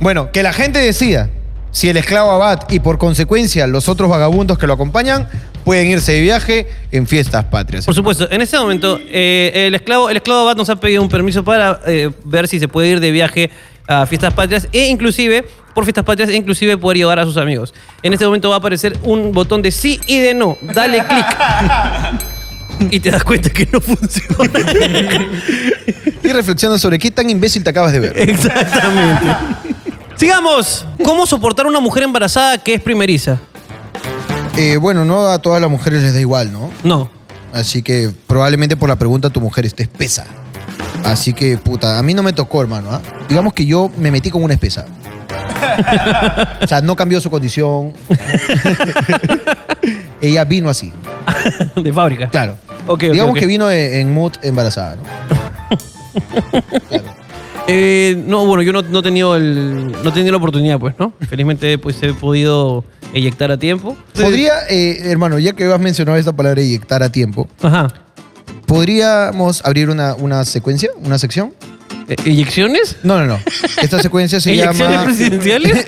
S1: Bueno, que la gente decida si el esclavo Abad y por consecuencia los otros vagabundos que lo acompañan pueden irse de viaje en fiestas patrias.
S2: Por supuesto, en este momento, eh, el esclavo, el esclavo Abad nos ha pedido un permiso para eh, ver si se puede ir de viaje a fiestas patrias e inclusive, por fiestas patrias, e inclusive poder llevar a sus amigos. En este momento va a aparecer un botón de sí y de no. Dale clic. Y te das cuenta que no funciona.
S1: Y reflexionan sobre qué tan imbécil te acabas de ver.
S2: Exactamente. Sigamos. ¿Cómo soportar una mujer embarazada que es primeriza?
S1: Eh, bueno, no a todas las mujeres les da igual, ¿no?
S2: No.
S1: Así que probablemente por la pregunta tu mujer esté espesa. Así que, puta, a mí no me tocó, hermano. ¿ah? Digamos que yo me metí con una espesa. o sea, no cambió su condición. Ella vino así,
S2: De fábrica.
S1: claro.
S2: Ok, ok,
S1: Digamos
S2: ok.
S1: que vino en, en mood embarazada, ¿no?
S2: Eh, no, bueno, yo no, no he tenido el, no he tenido la oportunidad, pues, ¿no? Felizmente pues he podido eyectar a tiempo.
S1: Podría, eh, hermano, ya que has mencionado esta palabra eyectar a tiempo,
S2: Ajá.
S1: ¿podríamos abrir una, una secuencia, una sección?
S2: ¿E- ¿Eyecciones?
S1: No, no, no. Esta secuencia se
S2: ¿Eyecciones
S1: llama.
S2: presidenciales?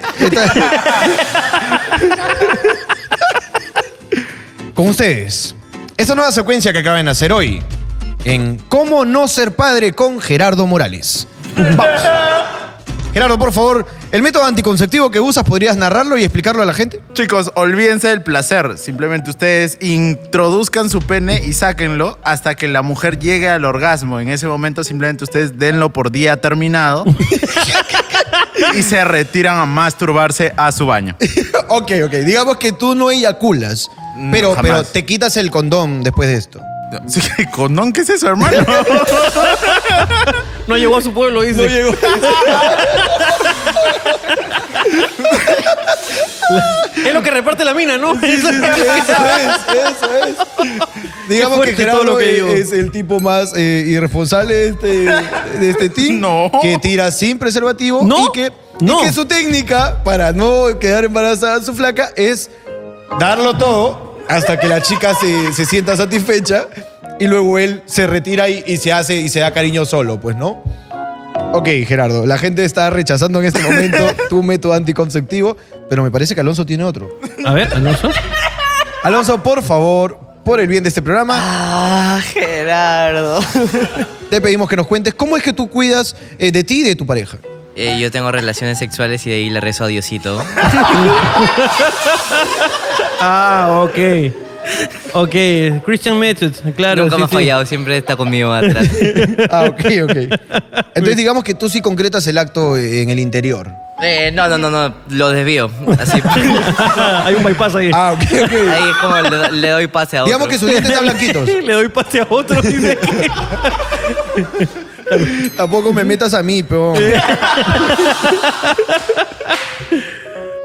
S1: Con ustedes. Esta nueva secuencia que acaban de hacer hoy en Cómo no ser padre con Gerardo Morales. Vamos. Gerardo, por favor, el método anticonceptivo que usas, ¿podrías narrarlo y explicarlo a la gente?
S5: Chicos, olvídense del placer. Simplemente ustedes introduzcan su pene y sáquenlo hasta que la mujer llegue al orgasmo. En ese momento simplemente ustedes denlo por día terminado y se retiran a masturbarse a su baño.
S1: ok, ok. Digamos que tú no eyaculas,
S5: Mm,
S1: pero,
S5: jamás.
S1: pero te quitas el condón después de esto.
S5: Sí, ¿qué ¿Condón qué es eso, hermano?
S2: No llegó a su pueblo, dice. No llegó. es lo que reparte la mina, ¿no?
S1: Digamos
S2: fuerte
S1: que Gerardo
S2: todo lo que
S1: es-
S2: digo.
S1: es el tipo más eh, irresponsable de este, de este team.
S5: No.
S1: Que tira sin preservativo.
S2: No,
S1: Y que, y
S2: no.
S1: que su técnica para no quedar embarazada su flaca es darlo todo hasta que la chica se, se sienta satisfecha y luego él se retira y, y se hace y se da cariño solo, pues, ¿no? Ok, Gerardo, la gente está rechazando en este momento tu método anticonceptivo, pero me parece que Alonso tiene otro.
S2: A ver, Alonso.
S1: Alonso, por favor, por el bien de este programa,
S3: Ah, Gerardo.
S1: te pedimos que nos cuentes cómo es que tú cuidas eh, de ti y de tu pareja.
S7: Eh, yo tengo relaciones sexuales y de ahí le rezo a Diosito.
S2: Ah, ok. Ok, Christian Method, claro.
S7: Nunca
S2: sí,
S7: me ha
S2: sí.
S7: fallado, siempre está conmigo atrás.
S1: Ah, ok, ok. Entonces digamos que tú sí concretas el acto eh, en el interior.
S7: Eh, no, no, no, no, lo desvío. Así.
S2: Hay un bypass ahí.
S1: Ah, ok, ok.
S7: Ahí es como le, do- le doy pase a otro.
S1: Digamos que sus dientes están blanquitos.
S2: Le doy pase a otro. dice.
S1: Tampoco me metas a mí, peón.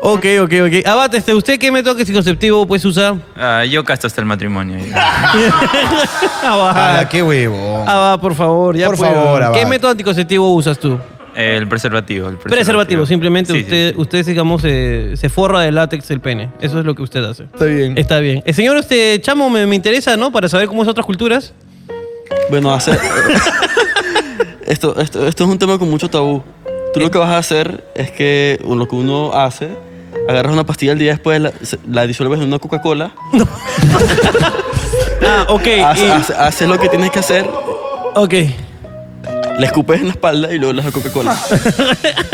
S2: ok, ok, ok. Abate, este, ¿usted qué método anticonceptivo pues usa?
S6: Ah, yo casto hasta el matrimonio.
S1: Ah,
S2: Abba,
S1: qué huevo.
S2: Abba, Ah, por favor, ya
S1: Ah, Por
S2: pues.
S1: favor, ah, Abba.
S2: ¿Qué método anticonceptivo usas tú?
S6: Eh, el preservativo. El
S2: Preservativo, simplemente
S6: Sí, sí,
S2: usted,
S6: sí.
S2: usted digamos, eh, se forra de látex el pene. Eso es lo que usted hace.
S1: Está bien.
S2: Está bien. El señor, este chamo, me, me interesa, ¿no? Para saber cómo es otras culturas.
S8: Bueno, hacer. esto, esto, esto es un tema con mucho tabú. Tú lo que vas a hacer es que o lo que uno hace, agarras una pastilla al día después, la, se- la disuelves en una Coca-Cola,
S2: Ah, ok.
S8: haces,
S2: y-
S8: haces- haces lo que tienes que hacer,
S2: ok.
S8: la escupes en la espalda y luego la Coca-Cola.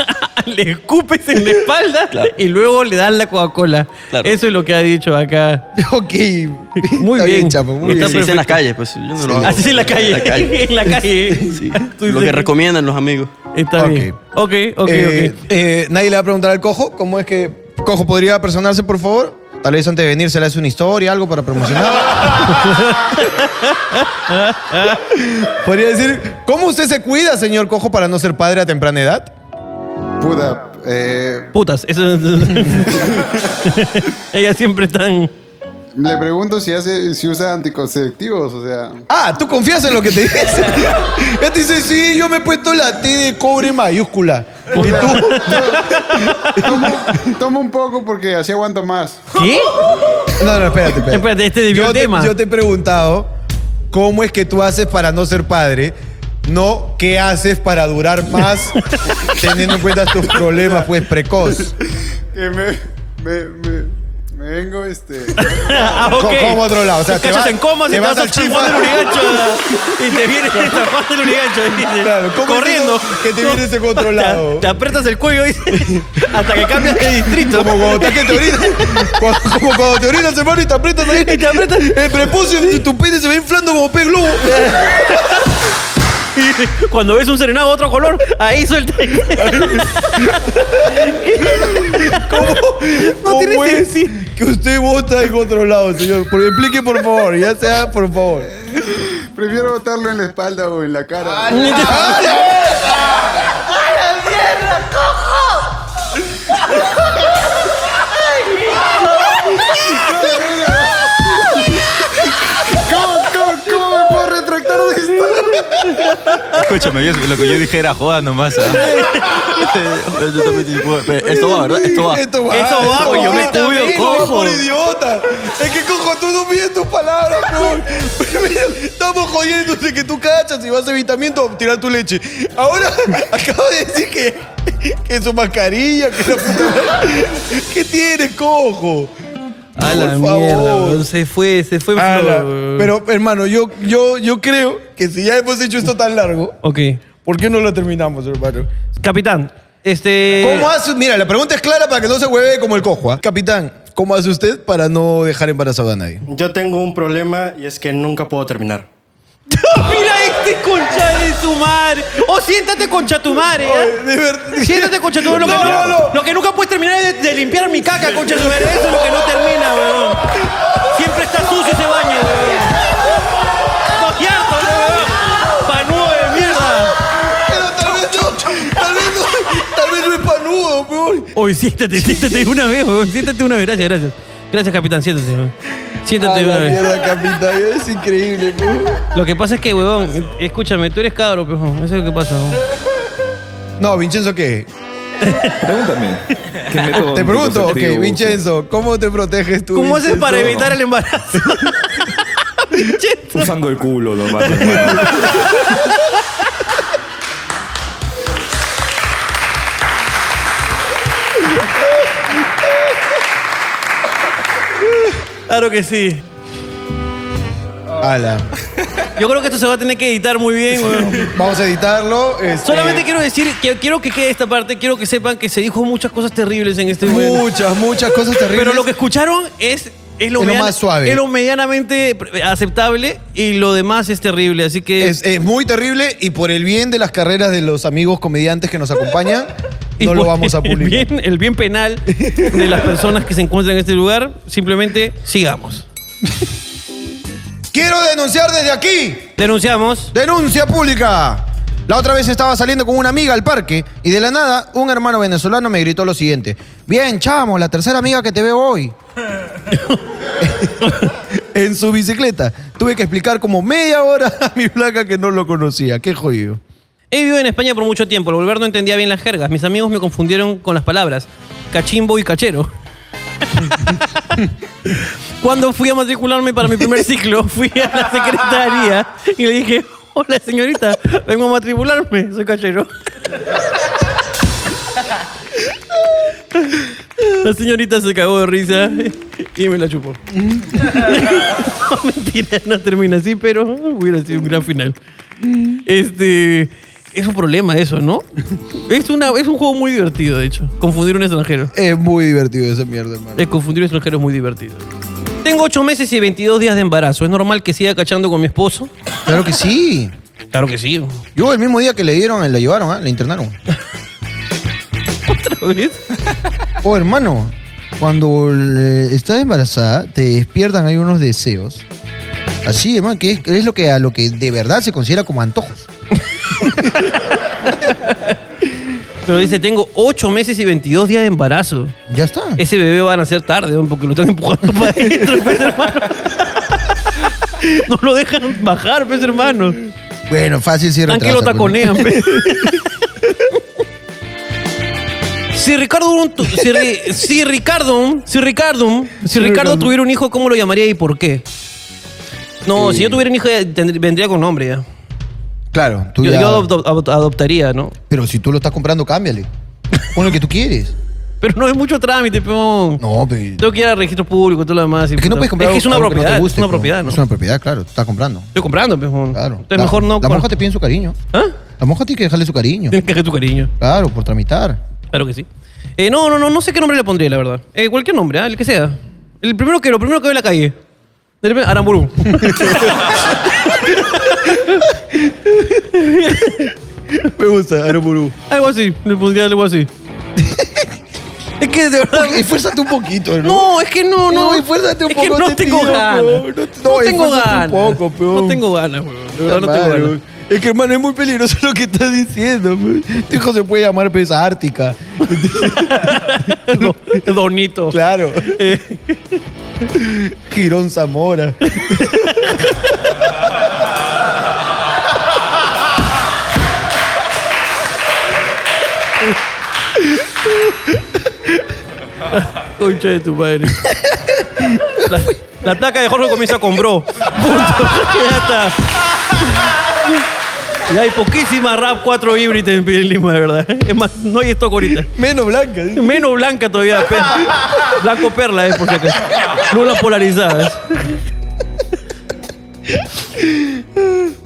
S2: le escupes en la espalda
S8: Claro.
S2: y luego le das la Coca-Cola.
S8: Claro.
S2: Eso es lo que ha dicho acá.
S1: Ok.
S2: Muy
S1: Está
S2: bien.
S1: chapo, muy
S8: Y
S1: bien.
S2: Está
S8: se dice en la
S2: perfecto.
S8: calle, pues yo no lo hago.
S2: Así en la calle.
S8: En la calle.
S2: en la calle.
S8: Sí.
S2: Tú
S8: Lo
S2: dices-
S8: que recomiendan los amigos.
S2: Está
S1: Ok.
S2: bien. Ok, ok,
S1: Eh,
S2: ok.
S1: eh, Nadie le va a preguntar al cojo cómo es que. Cojo, ¿podría personarse, por favor? Tal vez antes de venir se le hace una historia, algo para promocionar. Podría decir, ¿cómo usted se cuida, señor cojo, para no ser padre a temprana edad?
S9: Puta, eh,
S2: Putas. Eso... Ellas siempre están.
S9: le pregunto si hace, si usa anticonceptivos, o sea.
S1: Ah, tú confías en lo que te dice. Él te dice, sí, yo me he puesto la T de cobre mayúscula. ¿Y tú?
S9: Tomo, tomo un poco porque así aguanto más.
S2: ¿Qué?
S1: No, no, espérate, espérate.
S2: Espérate, este debió
S1: yo
S2: el
S1: te,
S2: tema.
S1: yo te he preguntado cómo es que tú haces para no ser padre, no qué haces para durar más, teniendo en cuenta tus problemas, pues, precoz.
S9: Que me, me, me, me vengo este.
S2: Ah, ok.
S1: Co- como otro lado, o sea,
S2: te
S1: te
S2: echas
S1: vas-
S2: en coma,
S1: te
S2: te
S1: vas
S2: vas
S1: al
S2: al chifo
S1: chifa.
S2: del urigancho y te vienes tapando el urigancho. dice,
S1: Claro, ¿cómo
S2: corriendo.
S1: es que te vienes en otro
S2: Te-
S1: lado?
S2: Te, apretas el cuello dice, hasta que cambias de distrito.
S1: Como cuando te, que te orinas, cuando- como cuando te orinas, hermano, y te aprietas ahí,
S2: Y te aprietas.
S1: el prepucio y tu pene se va inflando como pez globo.
S2: Y Cuando ves un serenado de otro color, ahí suelta. No
S1: ¿Cómo
S2: tiene
S1: es
S2: sentido.
S1: que usted vota en otro lado, señor? Por- Explique, por favor, ya sea, por favor.
S9: Prefiero botarlo en la espalda o en la cara. ¿Cómo, cómo, cómo me puedo retractar de esto?
S6: Escúchame, yo, lo que yo dije era joda nomás. ¿ah?
S8: Yo también te digo,
S10: Eh,
S8: pero Esto va, ¿verdad? Esto va.
S1: Esto va.
S2: Eso va, pues, yo me cuido,
S1: también,
S2: cojo.
S1: no, por idiota. Es que cojo, tú no mides tus palabras, peón. Primero, estamos jodiendo de que tú cachas y vas a evitamiento a tirar tu leche. Ahora, acabo de decir que, que su mascarilla, que la puta. ¿Qué tienes, cojo?
S2: A la
S1: Por favor.
S2: mierda, weón. Se fue, se fue.
S1: Ala,
S2: Flor, weón.
S1: Pero, hermano, yo, yo, yo creo que si ya hemos hecho esto tan largo,
S2: Ok.
S1: ¿por qué no lo terminamos, hermano?
S2: Eh. Capitán, este.
S1: ¿Cómo hace? Mira, la pregunta es clara para que no se hueve como el cojo, ¿ah? Capitán, ¿cómo hace usted para no dejar embarazado a nadie?
S10: Yo tengo un problema y es que nunca puedo terminar.
S2: Mira este concha de tu madre. O siéntate concha tu madre. ¿eh? Siéntate concha tu madre. Lo, que
S1: No, no,
S2: no-
S1: no.
S2: lo que nunca puedes terminar es de, de limpiar mi caca, concha tu madre. Eso es lo que no termina, weón. Siempre está sucio ese baño, weón. No es cierto, weón. Panúo de mierda.
S1: Pero tal vez no, tal vez no, tal vez no es panudo, peor.
S2: Oye, siéntate, siéntate una vez, weón. Siéntate una vez. Gracias, gracias. Gracias, capitán. Siéntate, weón. Siéntate una vez.
S1: capitán, es increíble, peor.
S2: Lo que pasa es que, weón, escúchame, tú eres cabro, peón. Eso es lo que pasa, weón.
S1: No, Vincenzo, ¿qué?
S11: Pregúntame. ¿Qué método
S1: Te pregunto, ok,
S11: anticonceptivo usas?
S1: Vincenzo, ¿cómo te proteges tú?
S2: ¿Cómo haces para
S1: Vincenzo?
S2: evitar el embarazo? Pinche-
S11: Usando el culo nomás.
S2: claro que sí.
S1: Ala.
S2: Yo creo que esto se va a tener que editar muy bien, weón.
S1: Vamos a editarlo. este,
S2: Solamente quiero decir, que quiero que quede esta parte, quiero que sepan que se dijo muchas cosas terribles en este momento.
S1: Muchas, muchas cosas terribles.
S2: Pero lo que escucharon es, es, lo,
S1: Es lo
S2: median-
S1: más suave.
S2: es lo medianamente aceptable y lo demás es terrible. Así que
S1: Es, es muy terrible y por el bien de las carreras de los amigos comediantes que nos acompañan,
S2: Y
S1: no lo
S2: por
S1: vamos a
S2: El
S1: publicar.
S2: bien, el bien penal de las personas que se encuentran en este lugar, simplemente sigamos.
S1: Quiero denunciar desde aquí
S2: Denunciamos.
S1: Denuncia pública. La otra vez estaba saliendo con una amiga al parque y de la nada un hermano venezolano me gritó lo siguiente. Bien, chamo, la tercera amiga que te veo hoy. en su bicicleta. Tuve que explicar como media hora a mi placa que no lo conocía. Qué jodido.
S2: He vivido en España por mucho tiempo. Al volver no entendía bien las jergas. Mis amigos me confundieron con las palabras cachimbo y cachero. Cuando fui a matricularme para mi primer ciclo, fui a la secretaría y le dije, hola señorita, vengo a matricularme, soy cachero. La señorita se cagó de risa y me la chupó. No, mentira, no termina así, pero hubiera sido un gran final. Este. Es un problema eso, ¿no? Es, una, es un juego muy divertido, de hecho. Confundir un extranjero.
S1: Es muy divertido esa mierda, hermano.
S2: El confundir un extranjero es muy divertido. Tengo 8 meses y 22 días de embarazo. ¿Es normal que siga cachando con mi esposo?
S1: Claro que sí.
S2: Claro que sí.
S1: Yo el mismo día que le dieron, la llevaron, ¿ah? la internaron.
S2: ¿Otra vez?
S1: Oh, hermano, cuando le- estás embarazada, te despiertan hay unos deseos. Así, hermano, que es, es lo que a lo que de verdad se considera como antojos.
S2: Pero dice, tengo 8 meses y 22 días de embarazo.
S1: Ya está.
S2: Ese bebé va a nacer tarde, ¿no? porque lo están empujando para adentro, pues, hermano. No lo dejan bajar, pues, hermano.
S1: Bueno, fácil si
S2: Aunque lo taconean, pe. Si Ricardo, si, Ri- si Ricardo, si Ricardo, si Ricardo tuviera un hijo, ¿cómo lo llamaría y por qué? No, si yo tuviera un hijo, ya tendr- vendría con nombre ya.
S1: Claro, tú
S2: Yo,
S1: ya-
S2: yo adopto- adop- adoptaría, ¿no?
S1: Pero si tú lo estás comprando, cámbiale. Pon lo que tú quieres.
S2: Pero no es mucho trámite, peón.
S1: No, pero.
S2: Tengo que ir a registro público, todo lo demás. y
S1: Es que no
S2: puta.
S1: puedes comprar
S2: Es que es una
S1: algo que no te
S2: propiedad,
S1: guste,
S2: es una
S1: pero-
S2: propiedad, ¿no?
S1: Es una propiedad, claro. Tú estás comprando.
S2: Estoy comprando, peón.
S1: Claro.
S2: Entonces
S1: La-
S2: mejor no.
S1: La monja te pide su cariño.
S2: ¿Ah?
S1: La monja tiene que dejarle su cariño.
S2: Tienes que hacer tu cariño.
S1: Claro, por tramitar.
S2: Claro que sí. Eh, no, no, no, no sé qué nombre le pondría, la verdad. Eh, cualquier nombre, ¿ah? el que sea. El primero que, lo primero que ve en la calle. De repente, Aramburu.
S1: Me gusta, Aromurú.
S2: Algo así, le pondría algo así. es que de verdad.
S1: Esfuérzate un poquito, ¿no?
S2: No, es que no, no.
S1: No, esfuérzate un
S2: es
S1: poco,
S2: que no
S1: te
S2: tengo
S1: pido,
S2: ganas.
S1: peón. No te- no,
S2: tengo
S1: esfuérzate un
S2: ganas.
S1: poco, peón.
S2: no tengo ganas, weón.
S1: Puta madre, güey. Es que, hermano, es muy peligroso lo que estás diciendo. güey. Tu hijo se puede llamar pesa ártica.
S2: Donito.
S1: Claro. Girón Eh. Zamora.
S2: Concha de tu madre. La, la placa de Jorge comienza con bro. Punto. Ya está. Y hay poquísima rap 4 híbrida en Piel Lima, de verdad. Es más, no hay esto ahorita.
S1: Menos blanca.
S2: Menos blanca todavía. pe- Blanco perla, es por si acaso. Lulas polarizadas.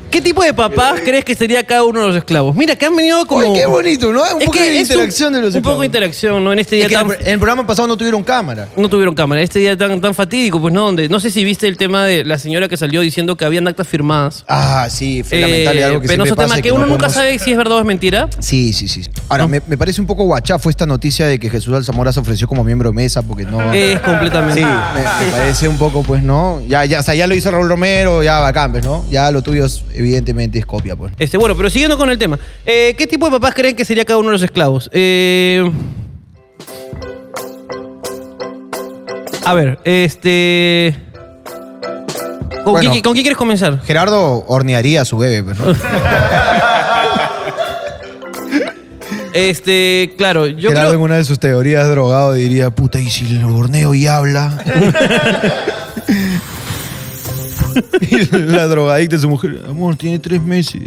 S2: ¿Qué tipo de papás crees que sería cada uno de los esclavos? Mira, que han venido como.
S1: Oye, qué bonito, ¿no? Un poco de
S2: es un-
S1: interacción de los
S2: Un poco
S1: esclavos.
S2: de interacción, ¿no? En este día
S1: Es que
S2: tan-
S1: en el programa pasado no tuvieron cámara.
S2: no tuvieron cámara. Este día tan, tan fatídico, pues no, donde. No sé si viste el tema de la señora que salió diciendo que habían actas firmadas.
S1: Ah, sí, fue lamentable, algo que
S2: Eh, penoso
S1: siempre
S2: tema
S1: pasa y
S2: que,
S1: que
S2: uno
S1: no
S2: nunca
S1: podemos-
S2: sabe si es verdad o es mentira.
S1: Sí, sí, sí. Ahora, me, me parece un poco guachafo esta noticia de que Jesús Alzamora se ofreció como miembro de mesa porque no...
S2: Es completamente.
S1: Ah. Sí, me, me parece un poco, pues, ¿no? Ya, ya, o sea, ya lo hizo Raúl Romero, ya bacán, pues, ¿no? Ya lo tuyo, es, evidentemente, es copia, pues.
S2: Este, bueno, pero siguiendo con el tema. Eh, ¿Qué tipo de papás creen que sería cada uno de los esclavos? Eh, a ver, este. ¿Con,
S1: Bueno.
S2: quién, con quién quieres comenzar?
S1: Gerardo hornearía a su bebé, pues, ¿no?
S2: Este, claro, yo
S1: Gerardo
S2: creo.
S1: en una de sus teorías drogado diría, puta, ¿y si lo horneo y habla? y la drogadicta su mujer, amor, tiene tres meses.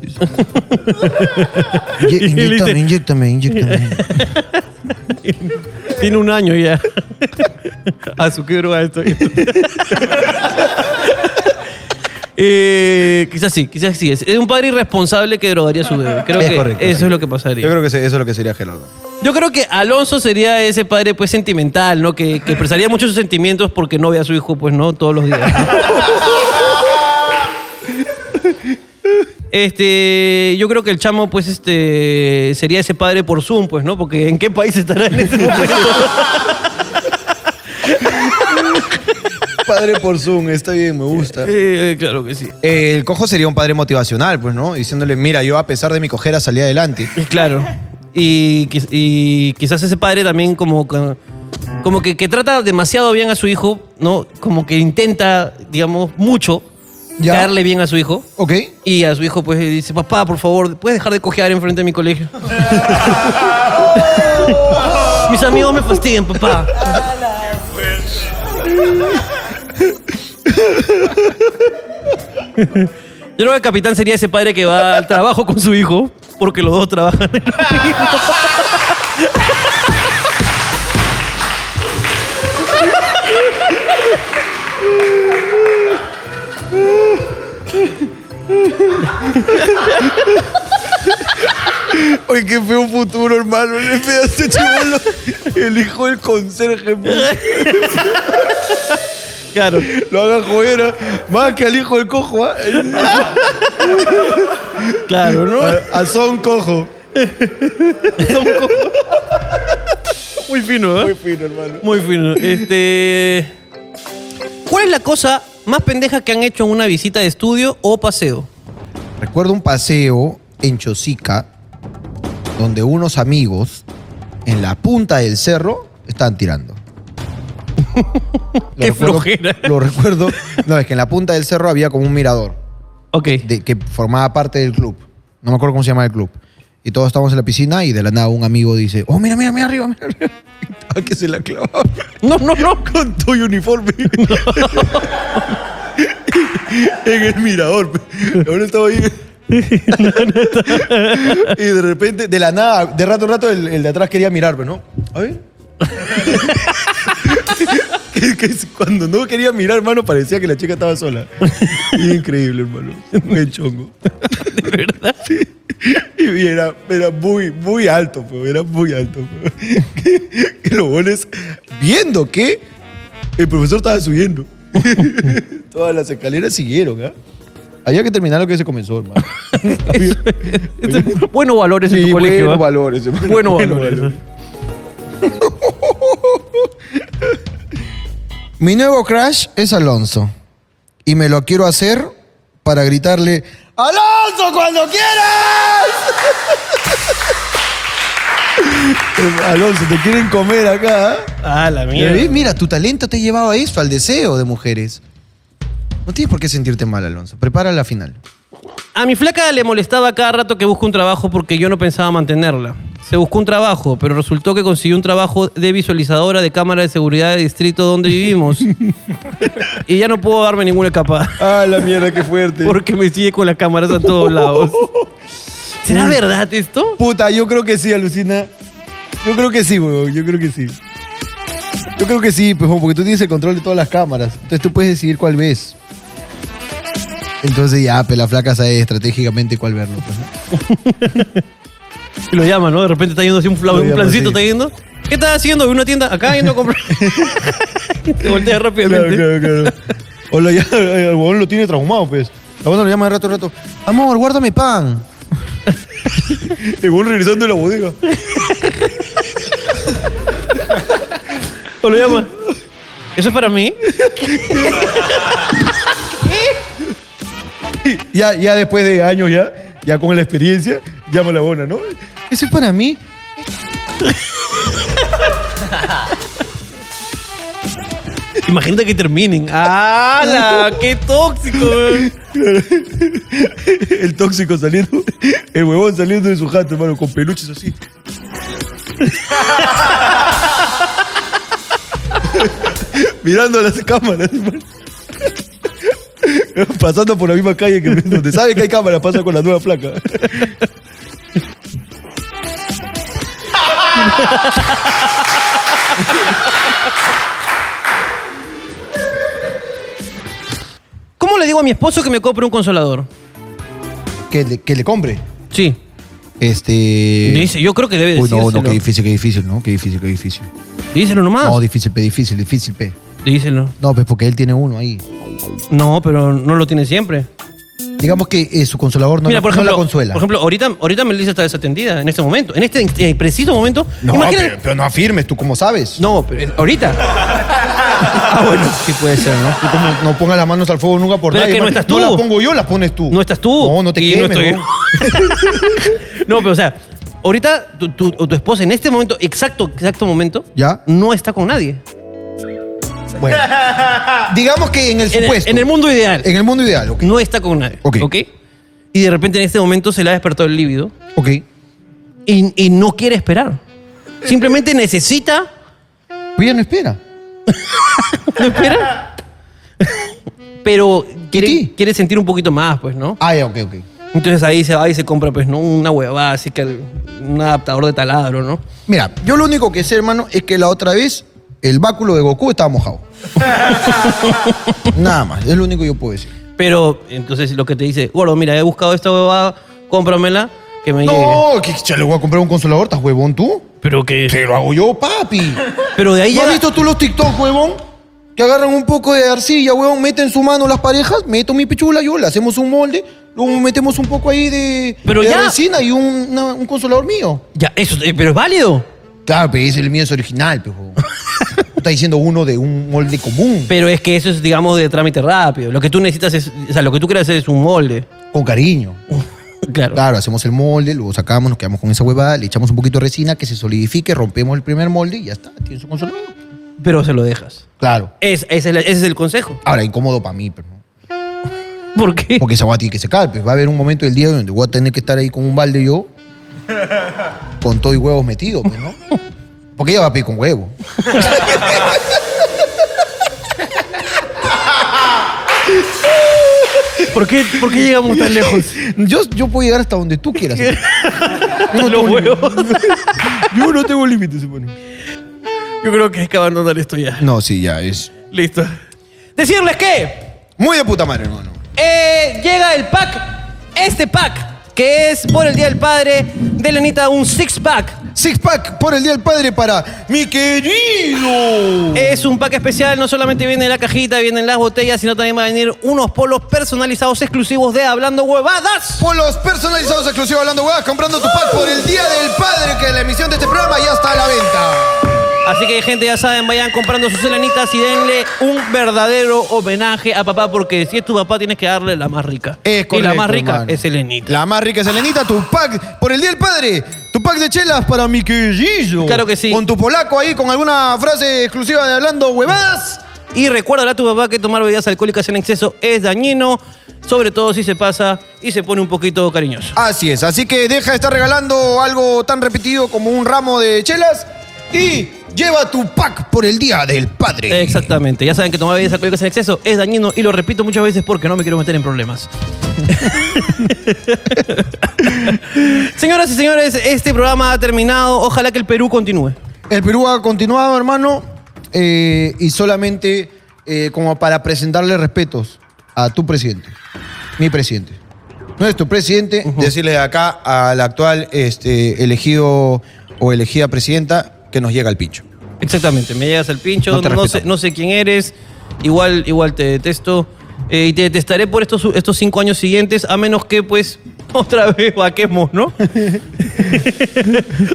S1: Inye-
S2: Y le dice-
S1: inyéctame, inyéctame, inyéctame.
S2: Tiene un año ya. a su qué droga estoy. Eh, quizás sí, quizás sí. Es es un padre irresponsable que drogaría a su bebé. Creo
S1: Es
S2: que
S1: correcto.
S2: eso es lo que pasaría.
S1: Yo creo que se- eso es lo que sería Gerardo.
S2: Yo creo que Alonso sería ese padre pues sentimental, ¿no? Que, que expresaría muchos sus sentimientos porque no ve a su hijo, pues no, todos los días. Este, yo creo que el chamo, pues, este, sería ese padre por Zoom, pues, ¿no? Porque ¿en qué país estará en ese momento?
S1: Padre por Zoom, está bien, me gusta.
S2: Eh, claro que sí.
S1: El cojo sería un padre motivacional, pues, ¿no? Diciéndole, mira, yo a pesar de mi cojera salí adelante.
S2: Y Claro. Y, quiz- y quizás ese padre también como, que- como que, que trata demasiado bien a su hijo, ¿no? Como que intenta, digamos, mucho
S1: Ya.
S2: caerle bien a su hijo.
S1: ¿Ok?
S2: Y a su hijo pues le dice, papá, por favor, ¿puedes dejar de cojear enfrente de mi colegio? Mis amigos me fastidian, papá. Yo creo que el capitán sería ese padre que va al trabajo con su hijo, porque los dos trabajan. en lo mismo.
S1: Oye, qué feo futuro, hermano. Le pedazo de chivolo. El hijo del conserje, pues.
S2: claro.
S1: Lo hagan joder, ¿ah? más que al hijo del cojo, ¿ah?
S2: Claro, ¿no?
S1: A, a son cojo.
S2: Muy fino, ¿eh?
S1: Muy fino, hermano.
S2: Muy fino. Este. ¿Cuál es la cosa más pendeja que han hecho en una visita de estudio o paseo?
S1: Recuerdo un paseo en Chosica donde unos amigos en la punta del cerro estaban tirando. Lo
S2: Qué flojera.
S1: Lo recuerdo. No, es que en la punta del cerro había como un mirador
S2: Ok.
S1: de- que formaba parte del club. No me acuerdo cómo se llama el club. Y todos estábamos en la piscina y de la nada un amigo dice, oh, mira, mira, mira arriba, mira arriba. Ah, que se la clavaba.
S2: No, no, no.
S1: con tu uniforme. en el mirador. Ahora estaba ahí. y de repente, de la nada, de rato a rato, el, el de atrás quería mirarme, ¿no? A ver. que, que es- cuando no quería mirar, hermano, parecía que la chica estaba sola. Increíble, hermano. Un chongo.
S2: ¿De verdad?
S1: Y era, era muy, muy alto, pues, era muy alto. pues. Que, que los goles, viendo que el profesor estaba subiendo. Todas las escaleras siguieron, ¿ah? Había que terminar lo que se comenzó, hermano.
S2: Buenos valores en tu
S1: Sí,
S2: colegio.
S1: buenos
S2: ¿ah?
S1: valores, hermano.
S2: Buenos valores.
S1: Mi nuevo crush es Alonso. Y me lo quiero hacer para gritarle, ¡Alonso, cuando quieras! Alonso, te quieren comer acá.
S2: Ah, la
S1: Mira, mira, tu talento te ha llevado a eso, al deseo de mujeres. No tienes por qué sentirte mal, Alonso. Prepara la final.
S2: A mi flaca le molestaba cada rato que busque un trabajo porque yo no pensaba mantenerla. Se buscó un trabajo, pero resultó que consiguió un trabajo de visualizadora de cámara de seguridad del distrito donde vivimos. y ya no puedo darme ninguna capa.
S1: Ah, la mierda, qué fuerte.
S2: Porque me sigue con las cámaras a todos lados. ¿Será verdad esto?
S1: Puta, yo creo que sí, alucina. Yo creo que sí, weón. Yo creo que sí. Yo creo que sí, pues, porque tú tienes el control de todas las cámaras. Entonces tú puedes decidir cuál ves. Entonces ya, pues, la flaca sabe estratégicamente cuál verlo. pues, ¿no?
S2: Y lo llama, ¿no? De repente está yendo así un, fla-
S1: Lo
S2: un
S1: llama,
S2: plancito,
S1: sí.
S2: está yendo. ¿Qué estás haciendo? En una tienda, acá yendo a comprar. Te voltea rápidamente.
S1: Claro, claro, claro. O lo llama- eh, el huevón lo tiene traumado, pues. La banda lo llama de rato a rato. Amor, guárdame pan. el huevón regresando de la bodega.
S2: O lo llama. ¿Eso es para mí?
S1: ya, ya después de años ya, ya con la experiencia, llama a la bona, ¿no? Eso es para mí.
S2: Imagínate que terminen. Ah, ¡Hala! ¡Qué tóxico! weón!
S1: El tóxico saliendo, el huevón saliendo de su jato, hermano, con peluches así. Mirando las cámaras, hermano. Pasando por la misma calle que donde sabe que hay cámaras, pasa con la nueva placa.
S2: ¿Cómo le digo a mi esposo que me compre un consolador?
S1: Que le, que le compre.
S2: Sí.
S1: Este.
S2: Dice, yo creo que debe
S1: Uy, no, no,
S2: decírselo.
S1: qué difícil, qué difícil, ¿no? Qué difícil, qué difícil.
S2: Díselo nomás.
S1: No, difícil, pe, difícil, difícil, pe.
S2: Díselo.
S1: No, pues porque él tiene uno ahí.
S2: No, pero no lo tiene siempre.
S1: Digamos que eh, su consolador no,
S2: Mira,
S1: la-
S2: por
S1: no
S2: ejemplo,
S1: la consuela.
S2: Por ejemplo, ahorita, ahorita Melissa está desatendida en este momento. En este inst- eh, preciso momento.
S1: no,
S2: imagínate-
S1: pero, pero no afirmes, tú cómo sabes.
S2: No, pero ahorita.
S1: ah, bueno, sí puede ser, ¿no? Tú como no pongas las manos al fuego nunca por
S2: Pero es
S1: nadie.
S2: que no
S1: man.
S2: estás tú.
S1: las pongo yo, las pones tú.
S2: No estás tú.
S1: No, no te
S2: Y
S1: quemes,
S2: estoy-
S1: ¿no?
S2: No, pero o sea, ahorita tu, tu- o tu esposa en este momento, exacto, exacto momento,
S1: ¿Ya?
S2: no está con nadie.
S1: Bueno. Digamos que en el
S2: En el-
S1: supuesto.
S2: en el mundo ideal.
S1: En el mundo ideal, ok.
S2: No está con nadie. Ok. Y de repente en este momento se le ha despertado el líbido.
S1: Ok.
S2: Y, y no quiere esperar. Simplemente necesita.
S1: Pues ya no espera.
S2: ¿No espera? pero quiere, quiere sentir un poquito más, pues, ¿no?
S1: Ah, ya, ok, ok.
S2: Entonces ahí se va y se compra, pues, ¿no? Una huevada, así que el- un adaptador de taladro, ¿no?
S1: Mira, yo lo único que sé, hermano, es que la otra vez el báculo de Goku estaba mojado. Nada más, es lo único que yo puedo decir.
S2: Pero entonces lo que te dice, gordo, mira, he buscado esta huevada, cómpramela, que me llegue.
S1: No, que ya le voy a comprar un consolador, ¿estás huevón tú?
S2: Pero que.
S1: Te lo hago yo, papi.
S2: Pero de ahí
S1: ¿No has
S2: llega-
S1: visto tú los TikTok, huevón? Que agarran un poco de arcilla, huevón, meten su mano las parejas, meto mi pichula, yo le hacemos un molde, luego metemos un poco ahí de,
S2: Pero
S1: de
S2: ya.
S1: resina y un, una- un consolador mío.
S2: Ya, eso, eh, pero es válido.
S1: Claro, pero ese el mío es original, pero está diciendo uno de un molde común,
S2: Pero es que eso es, digamos, de trámite rápido. Lo que tú necesitas es. O sea, lo que tú quieres hacer es un molde.
S1: con cariño.
S2: Claro.
S1: Claro, hacemos el molde, lo sacamos, nos quedamos con esa huevada, le echamos un poquito de resina que se solidifique, rompemos el primer molde y ya está, tiene su consolador.
S2: Pero se lo dejas.
S1: Claro.
S2: Es, ese, es el, ese es el consejo.
S1: Ahora, incómodo para mí, pero no.
S2: ¿Por qué?
S1: Porque esa guata tiene que secar, pues va a haber un momento del día donde voy a tener que estar ahí con un balde yo, con todo y huevos metido, pues, ¿no? Porque ella va a pedir con huevo.
S2: ¿Por qué, por qué llegamos tan lejos?
S1: Yo, yo puedo llegar hasta donde tú quieras.
S2: Los huevos.
S1: Yo no tengo límites, supone.
S2: Yo creo que hay que abandonar esto ya.
S1: No, sí, ya es.
S2: Listo. Decirles que.
S1: Muy de puta madre, hermano.
S2: Eh, llega el pack, este pack, que es por el Día del Padre de Lenita, un six pack.
S1: Six pack por el Día del Padre para mi querido.
S2: Es un pack especial, no solamente viene en la cajita, vienen las botellas, sino también va a venir unos polos personalizados exclusivos de Hablando Huevadas.
S1: Polos personalizados exclusivos hablando huevas, comprando tu pack por el Día del Padre, que la emisión de este programa ya está a la venta.
S2: Así que, gente, ya saben, vayan comprando sus selenitas y denle un verdadero homenaje a papá, porque si es tu papá, tienes que darle la más rica.
S1: Es
S2: y la
S1: correcto,
S2: más rica
S1: hermano.
S2: es selenita.
S1: La más rica es Elenita, tu pack por el Día del Padre. Tu pack de chelas para mi querido.
S2: Claro que sí.
S1: Con tu polaco ahí, con alguna frase exclusiva de Hablando Huevadas.
S2: Y recuérdale a tu papá que tomar bebidas alcohólicas en exceso es dañino, sobre todo si se pasa y se pone un poquito cariñoso.
S1: Así es, así que deja de estar regalando algo tan repetido como un ramo de chelas y lleva tu pack por el Día del Padre.
S2: Exactamente, ya saben que tomar bebidas alcohólicas en exceso es dañino y lo repito muchas veces porque no me quiero meter en problemas. Señoras y señores, este programa ha terminado. Ojalá que el Perú continúe.
S1: El Perú ha continuado, hermano, eh, y solamente eh, como para presentarle respetos a tu presidente, mi presidente, nuestro presidente, decirle de acá al actual este, elegido o elegida presidenta que nos llega al pincho.
S2: Exactamente, me llegas al pincho,
S1: No te
S2: no, sé,
S1: respetamos.
S2: no sé quién eres, igual, igual te detesto. eh, y te detestaré por estos, estos cinco años siguientes, a menos que, pues, otra vez vaquemos, ¿no?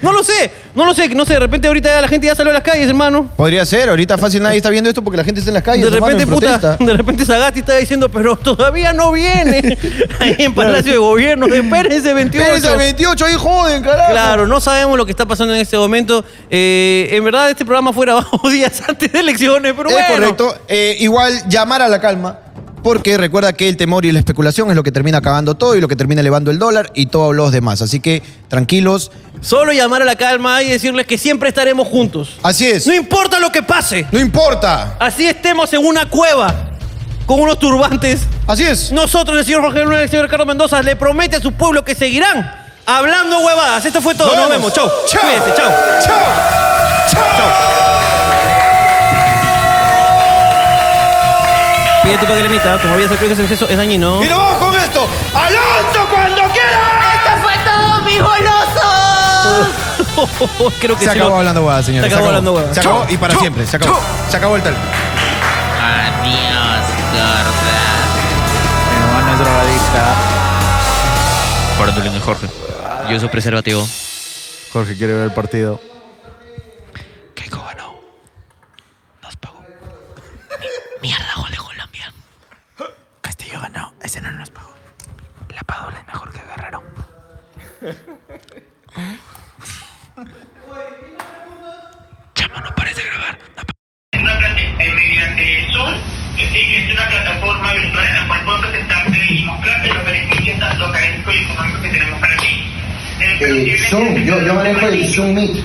S2: no lo sé, no lo sé, no sé, de repente ahorita ya la gente ya salió a las calles, hermano.
S1: Podría ser, ahorita fácil nadie está viendo esto porque la gente está en las calles.
S2: De
S1: hermano,
S2: repente,
S1: en
S2: puta,
S1: protesta.
S2: de repente Sagasti está diciendo, pero todavía no viene. Ahí en Palacio de Gobierno, espérense 28.
S1: Espérense, 28 ahí joden, carajo.
S2: Claro, no sabemos lo que está pasando en este momento. Eh, en verdad, este programa fue grabado días antes de elecciones, pero
S1: Es
S2: bueno.
S1: correcto. Eh, igual llamar a la calma. Porque recuerda que el temor y la especulación es lo que termina acabando todo y lo que termina elevando el dólar y todos los demás. Así que tranquilos.
S2: Solo llamar a la calma y decirles que siempre estaremos juntos.
S1: Así es.
S2: No importa lo que pase.
S1: No importa.
S2: Así estemos en una cueva con unos turbantes.
S1: Así es.
S2: Nosotros, el señor Jorge Luna y el señor Carlos Mendoza, le promete a su pueblo que seguirán hablando huevadas. Esto fue todo. Nos vemos. Chau.
S1: Chau.
S2: Cuídense. Chau. Pide tu paquelemita, como había sacado ese exceso, es dañino.
S1: Y nos vamos con esto. ¡Alonso cuando quiera!
S3: ¡Esto fue todo, mis golosos!
S2: Creo que
S1: Se
S2: sí
S1: acabó
S2: lo-
S1: hablando huevadas, señores.
S2: Se acabó hablando huevadas.
S1: Se acabó
S2: Chau.
S1: y para siempre. Se acabó. Se acabó el tal.
S7: Adiós, gorda.
S5: Mi hermano es drogadicta.
S7: Para tu lindo Jorge. Yo uso preservativo.
S5: Jorge quiere ver el partido.
S7: Keiko ganó. Nos pagó. Mierda, gol de Colombia. Castillo ganó. Ese no nos pagó. La Padula es mejor que Guerrero. Chama, no parece grabar.
S12: Eh, Zoom, yo, yo manejo el Zoom Meet.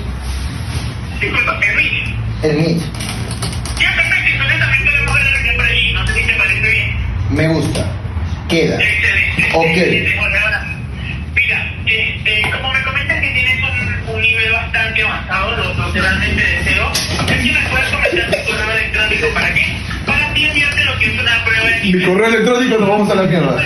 S12: el Meet. Me gusta. Queda. Ok.
S9: eh, Mi correo electrónico nos vamos a la mierda.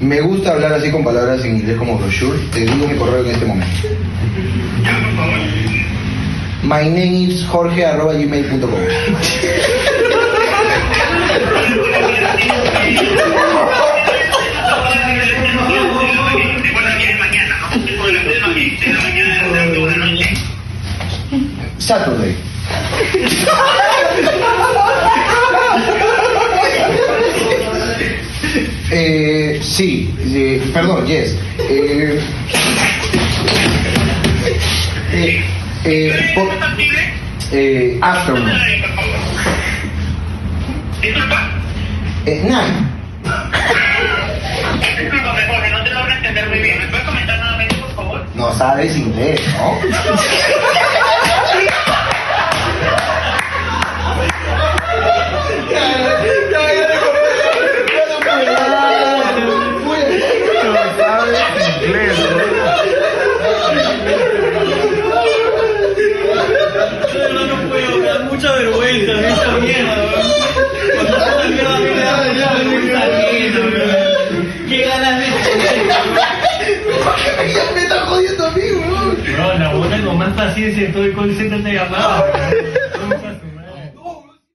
S12: Me gusta hablar así con palabras en inglés como brochure. Te digo mi correo en este momento. My name is Jorge arroba gmail.com. Saturday. Eh, sí, eh, perdón, yes. Eh, eh, eh, po- eh, afternoon. Eh, nine. No sabes inglés, ¿no?
S2: Mucha vergüenza, mucha
S12: ¡Qué ganas de me está jodiendo a mí, weón!
S13: Bro, la buena con más paciencia en todo el call center te llamaba.